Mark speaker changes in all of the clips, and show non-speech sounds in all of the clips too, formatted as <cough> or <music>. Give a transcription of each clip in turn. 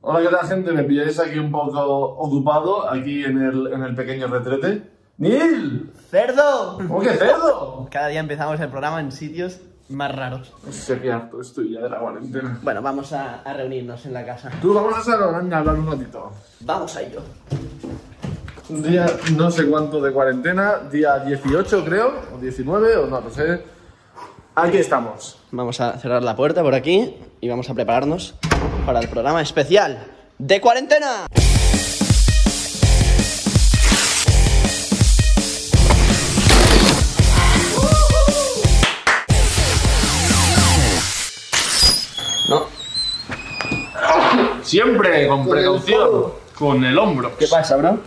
Speaker 1: Hola, ¿qué tal, gente? Me pilláis aquí un poco ocupado, aquí en el, en el pequeño retrete. ¡Nil!
Speaker 2: ¡Cerdo!
Speaker 1: ¿Cómo que cerdo?
Speaker 2: Cada día empezamos el programa en sitios más raros.
Speaker 1: Se qué harto estoy ya de la cuarentena.
Speaker 2: Bueno, vamos a, a reunirnos en la casa.
Speaker 1: Tú, vamos a hacer a hablar un ratito.
Speaker 2: Vamos a ello.
Speaker 1: Un día no sé cuánto de cuarentena, día 18 creo, o 19, o no lo sé. Aquí estamos.
Speaker 2: Vamos a cerrar la puerta por aquí y vamos a prepararnos para el programa especial de cuarentena. No,
Speaker 1: Siempre con precaución, con el hombro.
Speaker 2: ¿Qué pasa, bro?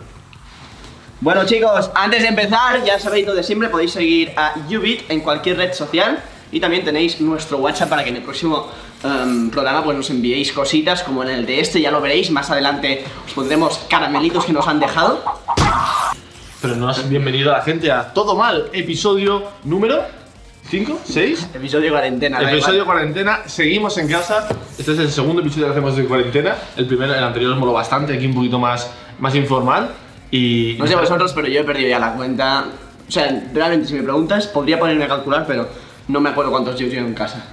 Speaker 2: Bueno, chicos, antes de empezar, ya sabéis donde siempre podéis seguir a Ubit en cualquier red social y también tenéis nuestro WhatsApp para que en el próximo em, programa pues nos enviéis cositas como en el de este, ya lo veréis, más adelante os pondremos caramelitos que nos han dejado.
Speaker 1: Pero no has bienvenido a la gente a Todo Mal, episodio número 5, 6.
Speaker 2: Episodio cuarentena, da
Speaker 1: Episodio
Speaker 2: igual.
Speaker 1: cuarentena, seguimos en casa. Este es el segundo episodio que hacemos de cuarentena. El primero, el anterior moló bastante, aquí un poquito más, más informal. Y
Speaker 2: No sé vosotros, pero yo he perdido ya la cuenta. O sea, realmente si me preguntas, podría ponerme a calcular, pero no me acuerdo cuántos días llevo en casa.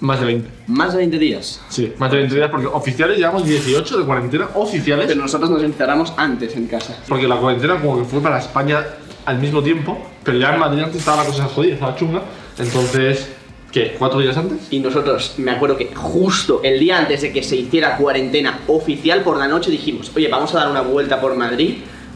Speaker 1: más de 20.
Speaker 2: Más de 20 días.
Speaker 1: Sí, más de 20 días porque oficiales llevamos 18 de cuarentena oficiales.
Speaker 2: Pero nosotros nos encerramos antes en casa.
Speaker 1: Porque la cuarentena como que fue para España al mismo tiempo, pero ya en Madrid antes estaba la cosa jodida, estaba chunga. Entonces, ¿qué? ¿Cuatro días antes?
Speaker 2: Y nosotros, me acuerdo que justo el día antes de que se hiciera cuarentena oficial por la noche dijimos, oye, vamos a dar una vuelta por Madrid,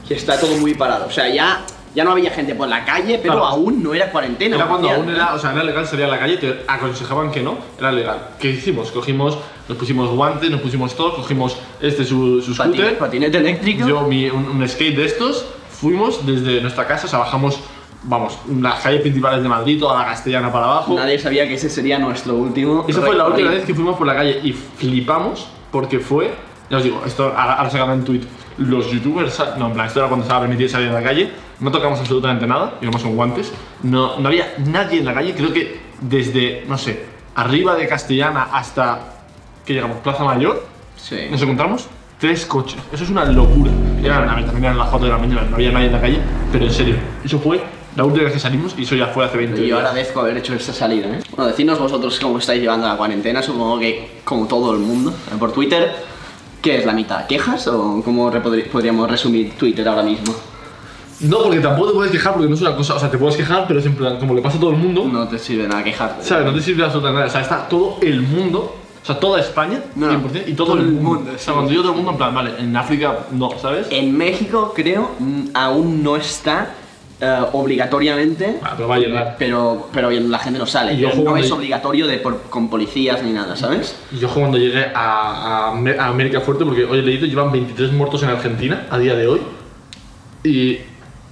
Speaker 2: que está todo muy parado. O sea, ya, ya no había gente por la calle, pero
Speaker 1: Claro.
Speaker 2: aún no era cuarentena.
Speaker 1: Era cuando
Speaker 2: oficial.
Speaker 1: aún era, o sea, era legal salir a la calle, te aconsejaban que no, era legal. ¿Qué hicimos? Cogimos, nos pusimos guantes, nos pusimos todo, cogimos este su, su
Speaker 2: Patinete,
Speaker 1: scooter,
Speaker 2: patinete eléctrico.
Speaker 1: yo mi, un, un skate de estos, fuimos desde nuestra casa, o sea, bajamos, vamos, las calles principales de Madrid, toda la castellana para abajo.
Speaker 2: Nadie sabía que ese sería nuestro último.
Speaker 1: Esa fue la última
Speaker 2: recorrido.
Speaker 1: vez que fuimos por la calle y flipamos porque fue, ya os digo, esto ahora, ahora se gana en tweet. Los youtubers, sa- no, en plan, esto era cuando estaba permitido salir a la calle, no tocamos absolutamente nada, íbamos con guantes, no, no había nadie en la calle, creo que desde, no sé, arriba de Castellana hasta que llegamos Plaza Mayor,
Speaker 2: Sí.
Speaker 1: nos encontramos tres coches, eso es una locura. Eran, a ver, también eran las 4 de la mañana, no había nadie en la calle, pero en serio, eso fue la última vez que salimos y eso ya fue hace 20
Speaker 2: Yo
Speaker 1: días.
Speaker 2: agradezco haber hecho esta salida, ¿eh? Bueno, decidnos vosotros cómo estáis llevando la cuarentena, supongo que como todo el mundo, eh, por Twitter. ¿Qué es la mitad? ¿Quejas o cómo repodri- podríamos resumir Twitter ahora mismo?
Speaker 1: No, porque tampoco te puedes quejar porque no es una cosa, o sea, te puedes quejar, pero es en plan, como le pasa a todo el mundo,
Speaker 2: No te sirve nada quejarte.
Speaker 1: ¿sabes? No te sirve absolutamente nada, o sea, está todo el mundo, o sea, toda España,
Speaker 2: No,
Speaker 1: 100%, y todo, el mundo. O sea, cuando digo todo el mundo, en plan, vale, en África no, ¿sabes?
Speaker 2: En México, creo, mm, aún no está eh, obligatoriamente.
Speaker 1: Ah, pero va a llegar.
Speaker 2: Pero, pero bien, la gente no sale.
Speaker 1: Y yo
Speaker 2: no
Speaker 1: jugando
Speaker 2: es
Speaker 1: y-
Speaker 2: obligatorio de por- con policías ni nada, ¿sabes?
Speaker 1: Y yo cuando llegué a, a Amer- a América Fuerte, porque hoy he leído, llevan 23 muertos en Argentina a día de hoy, y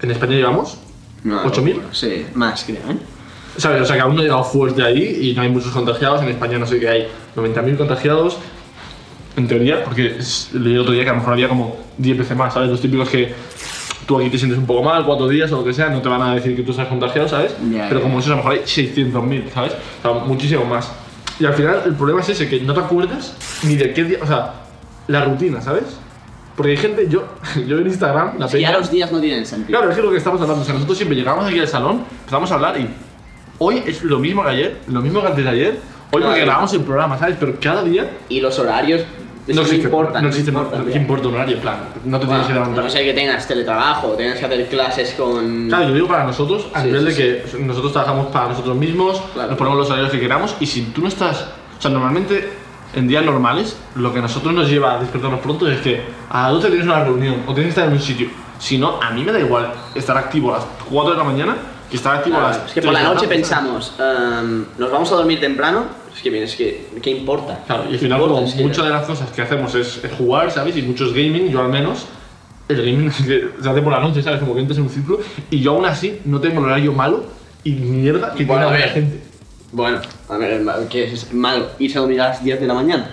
Speaker 1: en España llevamos
Speaker 2: No,
Speaker 1: 8.000.
Speaker 2: Sí, más creo, ¿eh?
Speaker 1: ¿Sabes? O sea, que aún no ha llegado fuerte ahí y no hay muchos contagiados. En España no sé qué hay. 90.000 contagiados, en teoría, porque es- leí el otro día que a lo mejor había como 10 veces más, ¿sabes? Los típicos que tú aquí te sientes un poco mal, cuatro días o lo que sea, no te van a decir que tú estás contagiado, ¿sabes?
Speaker 2: Ya,
Speaker 1: Pero
Speaker 2: ya.
Speaker 1: como eso, a lo mejor hay 600.000, ¿sabes? O sea, muchísimo más. Y al final, el problema es ese, que no te acuerdas ni de qué día, o sea, la rutina, ¿sabes? Porque hay gente, yo, <laughs> yo en Instagram, la
Speaker 2: Es que
Speaker 1: peña-
Speaker 2: ya los días no tienen sentido.
Speaker 1: Claro, es que lo que estamos hablando, o sea, nosotros siempre llegamos aquí al salón, empezamos a hablar y hoy es lo mismo que ayer, lo mismo que antes de ayer, hoy
Speaker 2: Cada
Speaker 1: porque
Speaker 2: día.
Speaker 1: grabamos el programa, ¿sabes? Pero cada día
Speaker 2: Y los horarios. eso
Speaker 1: no existe,
Speaker 2: importan,
Speaker 1: no existe, no,
Speaker 2: importan,
Speaker 1: no
Speaker 2: ya.
Speaker 1: importa un horario, en plan, no te tienes que
Speaker 2: Bueno,
Speaker 1: levantar.
Speaker 2: no sé que tengas teletrabajo, tengas que hacer clases con.
Speaker 1: Claro, yo digo para nosotros, a
Speaker 2: Sí,
Speaker 1: nivel
Speaker 2: sí,
Speaker 1: de que nosotros trabajamos para nosotros mismos,
Speaker 2: Claro.
Speaker 1: nos ponemos los horarios que queramos y si tú no estás, o sea, normalmente en días normales lo que a nosotros nos lleva a despertarnos pronto es que a las 12 tienes una reunión o tienes que estar en un sitio. Si no, a mí me da igual estar activo a las 4 de la mañana que estar activo a
Speaker 2: Claro,
Speaker 1: las
Speaker 2: es que
Speaker 1: 3
Speaker 2: por la
Speaker 1: de
Speaker 2: noche
Speaker 1: tarde, ¿sabes?
Speaker 2: pensamos, ehm, nos vamos a dormir temprano. Es que bien, es que, ¿qué importa?
Speaker 1: Claro, y al
Speaker 2: ¿Qué
Speaker 1: final,
Speaker 2: importa?
Speaker 1: como
Speaker 2: Es que-
Speaker 1: muchas de las cosas que hacemos es, es jugar, ¿sabes? Y muchos gaming, yo al menos, el gaming <laughs> es que se hace por la noche, ¿sabes? Como que entras en un círculo y yo aún así no tengo el horario malo y mierda que
Speaker 2: Bueno,
Speaker 1: tiene
Speaker 2: a
Speaker 1: la
Speaker 2: ver.
Speaker 1: gente.
Speaker 2: Bueno, a ver, ma- ¿qué es malo? Irse a dormir a las 10 de la mañana.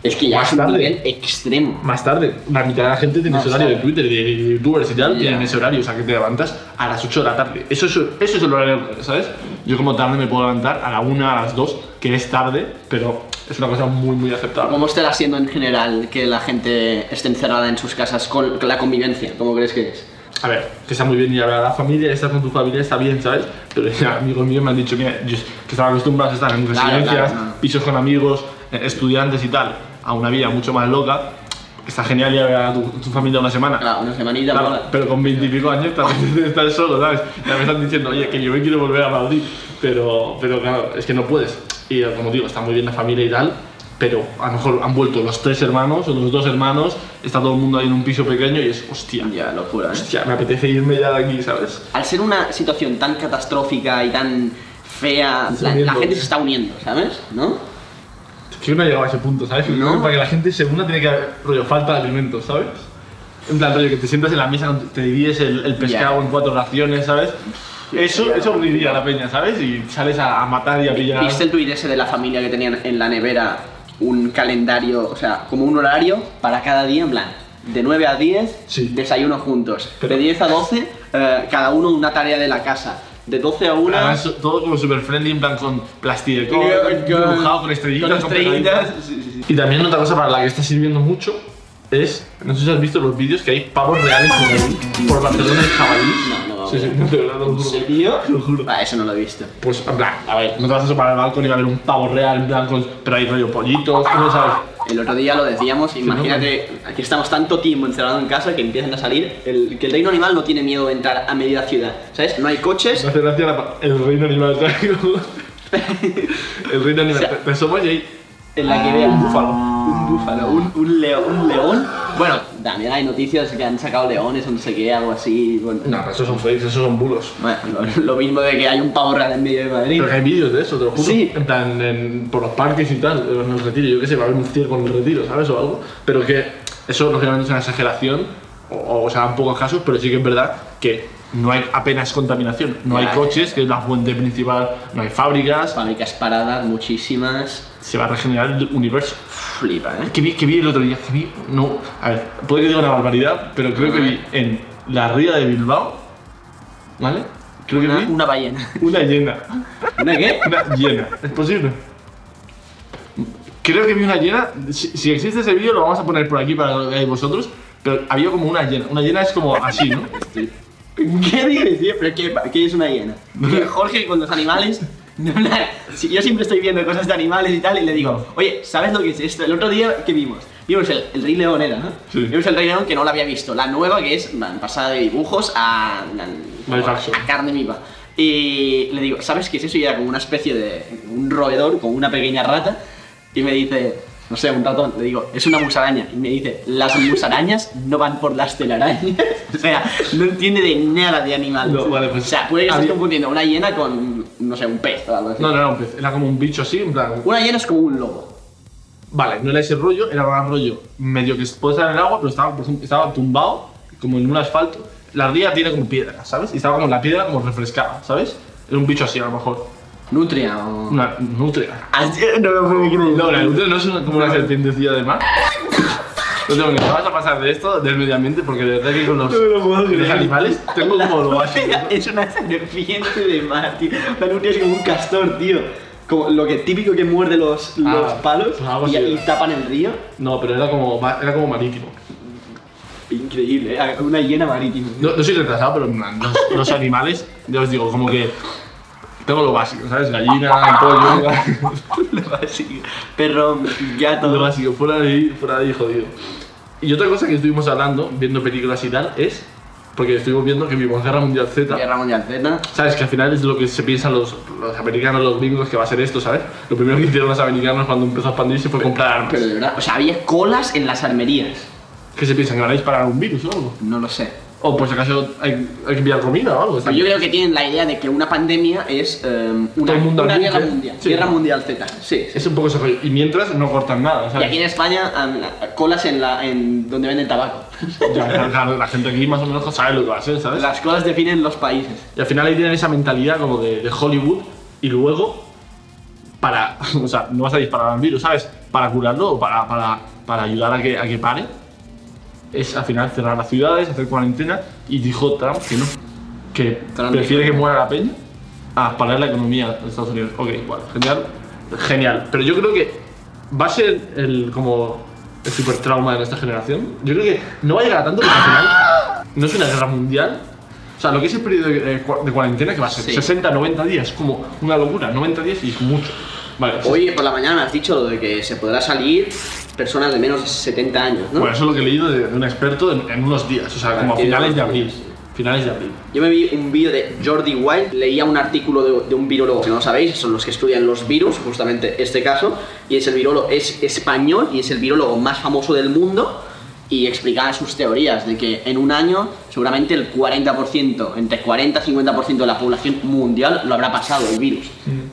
Speaker 2: Es que ya
Speaker 1: Más
Speaker 2: es un
Speaker 1: tarde.
Speaker 2: nivel extremo.
Speaker 1: Más tarde, la mitad de la gente tiene
Speaker 2: No,
Speaker 1: ese horario
Speaker 2: sabe.
Speaker 1: de Twitter, y de youtubers y tal,
Speaker 2: Ya.
Speaker 1: tienen ese horario, o sea que te levantas a las 8 de la tarde. Eso, es- eso es el horario, ¿sabes? Yo como tarde me puedo levantar a la 1, a las 2, que es tarde, pero es una cosa muy, muy aceptable.
Speaker 2: ¿Cómo está siendo en general que la gente esté encerrada en sus casas con la convivencia? ¿Cómo crees que es?
Speaker 1: A ver, que está muy bien ir a ver a la familia, estar con tu familia está bien, ¿sabes? Pero ya amigos míos me han dicho mira, yo- que estaban acostumbrados a estar en
Speaker 2: Claro,
Speaker 1: residencias,
Speaker 2: claro, no.
Speaker 1: pisos con amigos, eh, estudiantes y tal, a una vida mucho más loca. Está genial ir a ver a tu, tu familia una semana.
Speaker 2: Claro, una semanita,
Speaker 1: Claro,
Speaker 2: mola.
Speaker 1: pero con veintipico años también <laughs> te estás solo, ¿sabes? Ya me están diciendo, oye, que yo me quiero volver a Madrid, pero, pero claro, es que no puedes. Y eh, como digo, está muy bien la familia y tal, pero a lo mejor han vuelto los tres hermanos o los dos hermanos, está todo el mundo ahí en un piso pequeño y es, hostia,
Speaker 2: Ya, locura, ¿eh?
Speaker 1: hostia, me apetece irme ya de aquí, ¿sabes?
Speaker 2: Al ser una situación tan catastrófica y tan fea,
Speaker 1: Se
Speaker 2: la, la
Speaker 1: uniendo.
Speaker 2: gente se está uniendo, ¿sabes? ¿No?
Speaker 1: Es que yo no he llegado a ese punto, ¿sabes?
Speaker 2: No.
Speaker 1: Creo que Para que la gente se una tiene que haber, rollo, falta de alimentos, ¿sabes? En plan, rollo, que te sientas en la mesa, te divides el, el pescado
Speaker 2: Ya.
Speaker 1: en cuatro raciones, ¿sabes? Eso, eso uniría a la peña, ¿sabes? Y sales a, a matar y a pillar.
Speaker 2: ¿Viste el tuit ese de la familia que tenían en la nevera un calendario, o sea, como un horario para cada día, en plan, de 9 a 10,
Speaker 1: Sí.
Speaker 2: desayuno juntos,
Speaker 1: Pero-
Speaker 2: de 10 a 12, eh, cada uno una tarea de la casa, de 12 a 1...
Speaker 1: Además, so- todo como super friendly, en plan con plastidecor,
Speaker 2: Yo- yo-
Speaker 1: dibujado con estrellitas,
Speaker 2: con estrellitas,
Speaker 1: pegaditas.
Speaker 2: sí, sí,
Speaker 1: Y también otra cosa para la que está sirviendo mucho es, no sé si has visto los vídeos que hay pavos reales por, por Barcelona y jabalí.
Speaker 2: No, no,
Speaker 1: Sí, sí,
Speaker 2: no.
Speaker 1: de verdad, lo
Speaker 2: ¿En
Speaker 1: juro.
Speaker 2: serio?
Speaker 1: Te lo juro.
Speaker 2: Ah, eso no lo he visto.
Speaker 1: Pues, en plan, a ver, no te vas a sopar al balcón y va a haber un pavo real, en plan, con, pero hay rollo pollitos, no sabes.
Speaker 2: El otro día lo decíamos, imagínate, aquí estamos tanto tiempo encerrados en casa que empiezan a salir, el, que el reino animal no tiene miedo de entrar a media ciudad, ¿sabes? No hay coches,
Speaker 1: <laughs> Me hace gracia la pa- el reino animal, ¿sabes? El reino animal.
Speaker 2: O sea-
Speaker 1: Te- Te asomas y ahí.
Speaker 2: <laughs> en la que veo
Speaker 1: Un búfalo.
Speaker 2: Un búfalo, un, un leo- un león. Bueno, también hay noticias que han sacado leones o no sé qué, algo así. Bueno,
Speaker 1: No, pero esos son fakes, esos son bulos.
Speaker 2: Bueno, lo, lo mismo de que hay un pavo real en medio de Madrid.
Speaker 1: Pero que hay vídeos de eso, te lo juro.
Speaker 2: Sí.
Speaker 1: En plan, en- por los parques y tal, en el retiro, yo qué sé, va a haber un circo en el retiro, ¿sabes? O algo. Pero que eso, lógicamente, es una exageración, o, o sea, en pocos casos, pero sí que es verdad que no hay apenas contaminación. No hay
Speaker 2: Ya,
Speaker 1: coches, que es la fuente principal, no hay fábricas,
Speaker 2: Fábricas paradas, muchísimas.
Speaker 1: se va a regenerar el universo.
Speaker 2: Flipa, ¿eh?
Speaker 1: que vi, que vi el otro día, que vi, no, a ver, puede que diga una barbaridad, pero creo que vi en la ría de Bilbao, ¿vale? Creo que
Speaker 2: Una,
Speaker 1: vi
Speaker 2: Ah, una ballena.
Speaker 1: una hiena,
Speaker 2: ¿Una qué?
Speaker 1: una hiena, ¿es posible? Creo que vi una hiena, si, si existe ese vídeo lo vamos a poner por aquí para que lo veáis vosotros, pero había como una hiena, una hiena es como así, ¿no?
Speaker 2: ¿Qué dices? ¿Pero qué, qué es una hiena? Que <laughs> Jorge con los animales. no, nada. Si yo siempre estoy viendo cosas de animales y tal y le digo, oye, ¿sabes lo que es esto? El otro día que vimos, vimos el, el Rey León era, ¿no?
Speaker 1: Sí.
Speaker 2: Vimos el Rey León que no lo había visto, la nueva que es man, pasada de dibujos a, a-
Speaker 1: Live action.
Speaker 2: a carne viva. Y le digo, ¿sabes qué es eso? Y era como una especie de un roedor con una pequeña rata y me dice, no sé, un ratón, le digo, es una musaraña. Y me dice, las musarañas no van por las telarañas. <laughs> o sea, no entiende de nada de animales.
Speaker 1: No, vale, pues-
Speaker 2: o sea, puede que estés
Speaker 1: había-
Speaker 2: confundiendo una hiena con, no sé, un pez o algo así.
Speaker 1: No, no era un pez, era como un bicho así, en plan,
Speaker 2: Una hiena es como un lobo.
Speaker 1: Vale, no era ese rollo, era más rollo medio que puede estar en el agua, pero estaba, por ejemplo, estaba tumbado, como en un asfalto. La ría tiene como piedra, ¿sabes? Y estaba como la piedra como refrescada, ¿sabes? Era un bicho así, a lo mejor.
Speaker 2: Nutria o...
Speaker 1: Una nutria.
Speaker 2: Así- No me puedo creer.
Speaker 1: No, la nutria no es una- como una serpientecilla de mar. No tengo que vas a pasar de esto, del medio ambiente, porque de verdad que con los,
Speaker 2: No me lo puedo
Speaker 1: los
Speaker 2: creer.
Speaker 1: animales tengo
Speaker 2: La
Speaker 1: como lo así.
Speaker 2: nutria <laughs> es una serpiente de mar, tío. La nutria es como un castor, tío. Como lo que típico que muerde los, los palos
Speaker 1: pues algo
Speaker 2: y,
Speaker 1: así
Speaker 2: y
Speaker 1: era.
Speaker 2: tapan el río.
Speaker 1: No, pero era como, ma- era como marítimo.
Speaker 2: Increíble, ¿eh? una hiena marítima. <laughs>
Speaker 1: No, no soy retrasado, pero en plan, los, los animales, ya os digo, como que tengo lo básico, ¿sabes? Gallina, pollo.
Speaker 2: Lo básico. Perro, gato.
Speaker 1: Lo básico, fuera de ahí, fuera de ahí, jodido. Y otra cosa que estuvimos hablando, viendo películas y tal, es porque estuvimos viendo que vimos Guerra Mundial Z.
Speaker 2: Guerra Mundial Z.
Speaker 1: Sabes que al final es lo que se piensan los, los americanos, los gringos, que va a ser esto, ¿sabes? Lo primero que hicieron los americanos cuando empezó a expandirse fue comprar armas.
Speaker 2: Pero de verdad, o sea, había colas en las armerías.
Speaker 1: ¿Qué se piensan? ¿Que van a disparar un virus o algo?
Speaker 2: No lo sé.
Speaker 1: O por si acaso hay, hay que pillar comida o algo.
Speaker 2: Pero yo creo que tienen la idea de que una pandemia es eh, una,
Speaker 1: Todo el mundo
Speaker 2: una
Speaker 1: al
Speaker 2: guerra
Speaker 1: búnker.
Speaker 2: mundial.
Speaker 1: Sí.
Speaker 2: Guerra Mundial Z. Sí, sí.
Speaker 1: Es un poco ese rollo. Y mientras no cortan nada,
Speaker 2: Y
Speaker 1: ¿sabes?
Speaker 2: aquí en España, am, la- colas en, la, en donde venden tabaco.
Speaker 1: Ya, claro, claro, la gente aquí más o menos sabe lo que va a ser, ¿sabes?
Speaker 2: Las colas definen los países.
Speaker 1: Y al final ahí tienen esa mentalidad como de, de Hollywood y luego para, <laughs> o sea, no vas a disparar al virus, ¿sabes? Para curarlo o para, para, para ayudar a que, a que pare. Es al final cerrar las ciudades, hacer cuarentena y dijo Trump que no. Que
Speaker 2: Trump
Speaker 1: prefiere
Speaker 2: dijo
Speaker 1: que muera la peña a parar la economía de Estados Unidos. Ok, igual, genial. Genial. Pero yo creo que va a ser el como el super trauma de nuestra generación. Yo creo que no va a llegar a tanto porque al final no es una guerra mundial. O sea, lo que es el periodo de, eh, cua- de cuarentena, que va a ser
Speaker 2: Sí.
Speaker 1: 60, 90 días, como una locura. 90 días y es mucho. Vale,
Speaker 2: Hoy por la mañana me has dicho lo de que se podrá salir personas de menos de 70 años, ¿no?
Speaker 1: Bueno, eso es lo que he leído de, de un experto en, en unos días, o sea, como a
Speaker 2: Tiene
Speaker 1: finales de
Speaker 2: razón,
Speaker 1: abril.
Speaker 2: sí.
Speaker 1: Finales de abril.
Speaker 2: Yo me vi un vídeo de Jordi Wild, leía un artículo de, de un virólogo, que no lo sabéis, son los que estudian los virus, justamente este caso, y es el virólogo, es español y es el virólogo más famoso del mundo, y explicaba sus teorías de que en un año seguramente el 40%, entre 40 y 50% de la población mundial lo habrá pasado el virus,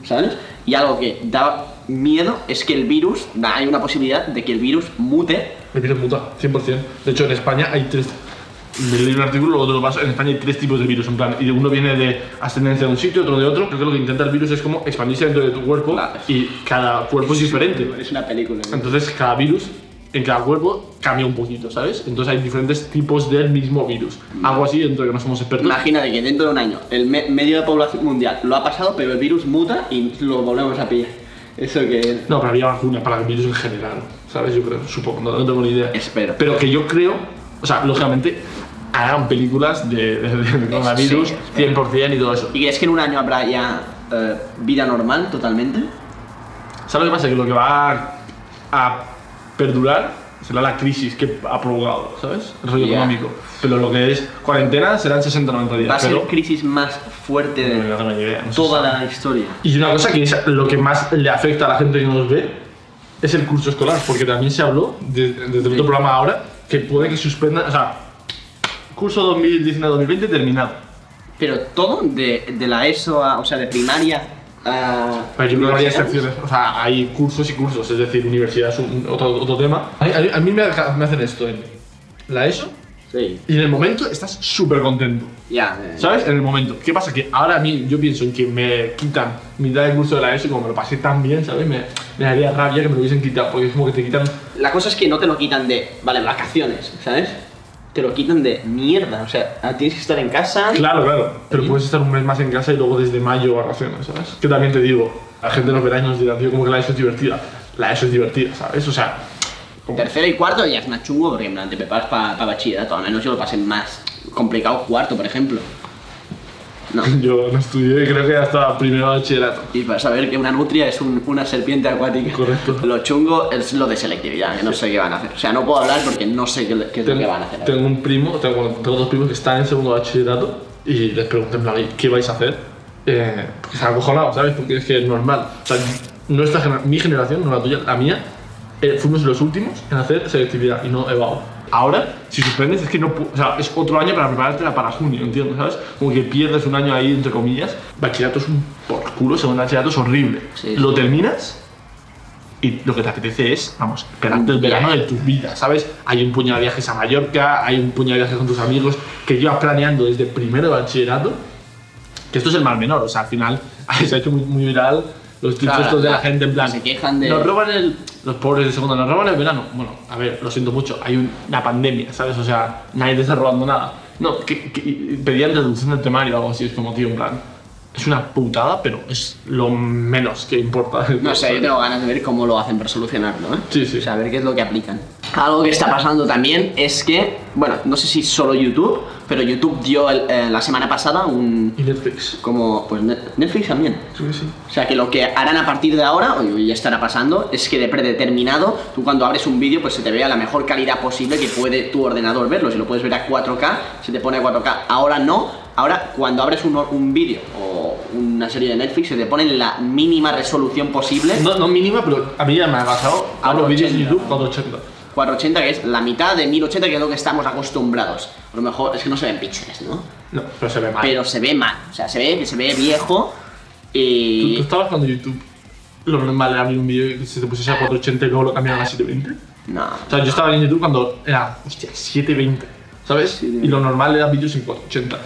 Speaker 2: ¿sabes? Y algo que da miedo es que el virus, da- hay una posibilidad de que el virus mute
Speaker 1: El virus muta, 100%. De hecho, en España hay tres. Me leí un artículo, luego te lo paso. En España hay tres tipos de virus, en plan. Y uno viene de ascendencia de un sitio, otro de otro. Creo que lo que intenta el virus es como expandirse dentro de tu cuerpo
Speaker 2: Claro.
Speaker 1: y cada cuerpo es Pues diferente.
Speaker 2: Es una película. ¿no?
Speaker 1: Entonces, cada virus en cada cuerpo cambia un poquito, ¿sabes? Entonces, hay diferentes tipos del mismo virus. Algo así, dentro de que no somos expertos.
Speaker 2: Imagínate que dentro de un año el me- medio de la población mundial lo ha pasado, pero el virus muta y lo volvemos a pillar. Eso que
Speaker 1: No, pero había vacunas para el virus en general, ¿sabes? Yo creo, supongo, no, no tengo ni idea.
Speaker 2: Espero.
Speaker 1: Pero que yo creo, o sea, lógicamente, hagan películas de, de- de coronavirus
Speaker 2: sí,
Speaker 1: 100% y todo eso.
Speaker 2: ¿Y crees que en un año habrá ya eh, vida normal totalmente?
Speaker 1: ¿Sabes lo que pasa? Que lo que va a, a perdurar será la crisis que ha provocado, ¿sabes? El rollo
Speaker 2: Ya.
Speaker 1: económico. Pero lo que es cuarentena serán 60-90 días.
Speaker 2: Va a ser
Speaker 1: pero
Speaker 2: crisis más fuerte
Speaker 1: no
Speaker 2: de
Speaker 1: tengo ni idea. no se
Speaker 2: toda
Speaker 1: sabe.
Speaker 2: la historia.
Speaker 1: Y una cosa que es lo que más le afecta a la gente que nos ve es el curso escolar, porque también se habló de- desde el otro programa ahora que puede que suspendan, o sea, curso 2019-2020 terminado.
Speaker 2: Pero todo, de, de la ESO, a- o sea, de primaria a.
Speaker 1: Pero Ah, yo creo que hay
Speaker 2: universidad.
Speaker 1: excepciones, o sea, hay cursos y cursos, es decir, universidad es un- otro, otro tema. A, mí- a mí me, deja- me hacen esto en la ESO
Speaker 2: Sí,
Speaker 1: y en el momento estás súper contento.
Speaker 2: ya. eh,
Speaker 1: ¿Sabes? En el momento. ¿Qué pasa? Que ahora a mí yo pienso en que me quitan mitad del curso de la ESO y como me lo pasé tan bien, ¿sabes? Me, me daría rabia que me lo hubiesen quitado, porque es como que te quitan
Speaker 2: La cosa es que no te lo quitan de, vale, vacaciones, ¿sabes? Te lo quitan de mierda, o sea, tienes que estar en casa.
Speaker 1: Claro, claro. Pero puedes estar un mes más en casa y luego desde mayo vacaciones, ¿sabes? Que también te digo, la gente nos verá y nos dirá, tío, como que la ESO es divertida. La ESO es divertida, ¿sabes? O sea, <laughs> como-
Speaker 2: Tercero y cuarto ya es más chungo porque en plan, te preparas para bachillerato, al menos yo lo pasé más complicado cuarto, por ejemplo. No.
Speaker 1: yo no estudié, creo que hasta primero de bachillerato.
Speaker 2: Y para saber que una nutria es un- una serpiente acuática.
Speaker 1: Correcto.
Speaker 2: Lo chungo es lo de selectividad, que no sé qué van a hacer. O sea, no puedo hablar porque no sé qué, qué es lo que van a hacer.
Speaker 1: tengo un primo, tengo, bueno, tengo dos primos que están en segundo de bachillerato y les pregunté, en plan, "¿Y ¿qué vais a hacer? Eh, porque se han acojonado, ¿sabes? Porque es que es normal. O sea, nuestra, gener- mi generación, no la tuya, la mía, eh, fuimos los últimos en hacer selectividad y no EBAU. Ahora, si suspendes, es que no pu- o sea, es otro año para preparártela para junio, ¿entiendes? ¿Sabes? Como que pierdes un año ahí, entre comillas. Bachillerato es un por culo, segundo de bachillerato es horrible.
Speaker 2: Sí.
Speaker 1: Lo terminas y lo que te apetece es, vamos, esperarte el
Speaker 2: Un viaje.
Speaker 1: verano de tu vida, ¿sabes? Hay un puñado de viajes a Mallorca, hay un puñado de viajes con tus amigos, que llevas planeando desde primero de bachillerato, que esto es el mal menor, o sea, al final <laughs> se ha hecho muy, muy viral los tweets
Speaker 2: Claro,
Speaker 1: estos de la,
Speaker 2: la-
Speaker 1: gente en plan...
Speaker 2: se quejan de-
Speaker 1: Nos roban el... Los pobres de segundo, nos roban el verano. Bueno, a ver, lo siento mucho, hay un- una pandemia, ¿sabes? O sea, nadie te está robando nada. No, que, que- y pedían reducción del temario o algo así, es como, tío, en plan... Es una putada, pero es lo menos que importa.
Speaker 2: No sé, yo tengo ganas de ver cómo lo hacen para solucionarlo, ¿eh?
Speaker 1: Sí, sí.
Speaker 2: O sea, a ver qué es lo que aplican. Algo que está pasando también es que, bueno, no sé si solo YouTube, pero YouTube dio el- eh, la semana pasada un...
Speaker 1: Y Netflix.
Speaker 2: como, pues Ne- Netflix también.
Speaker 1: Creo que sí.
Speaker 2: O sea, que lo que harán a partir de ahora, o ya estará pasando, es que de predeterminado, tú cuando abres un vídeo, pues se te vea la mejor calidad posible que puede tu ordenador verlo. Si lo puedes ver a 4K, se te pone a 4K. Ahora no, ahora cuando abres un, un vídeo o una serie de Netflix, se te pone en la mínima resolución posible.
Speaker 1: No, no mínima, pero a mí ya me ha pasado. A los vídeos de
Speaker 2: 480.
Speaker 1: YouTube 480.
Speaker 2: 480, que es la mitad de 1080, que es lo que estamos acostumbrados. A lo mejor es que no se ven píxeles, ¿no?
Speaker 1: No, pero se ve mal.
Speaker 2: Pero se ve mal, o sea, se ve que se ve viejo
Speaker 1: ¿Tú, tú
Speaker 2: y...
Speaker 1: estabas cuando YouTube lo normal era abrir un vídeo y se te pusiese a 480 y luego lo cambiaron a 720?
Speaker 2: No.
Speaker 1: O sea, yo estaba en YouTube cuando era, hostia, 720, ¿sabes?
Speaker 2: 720.
Speaker 1: Y lo normal era vídeos en 480.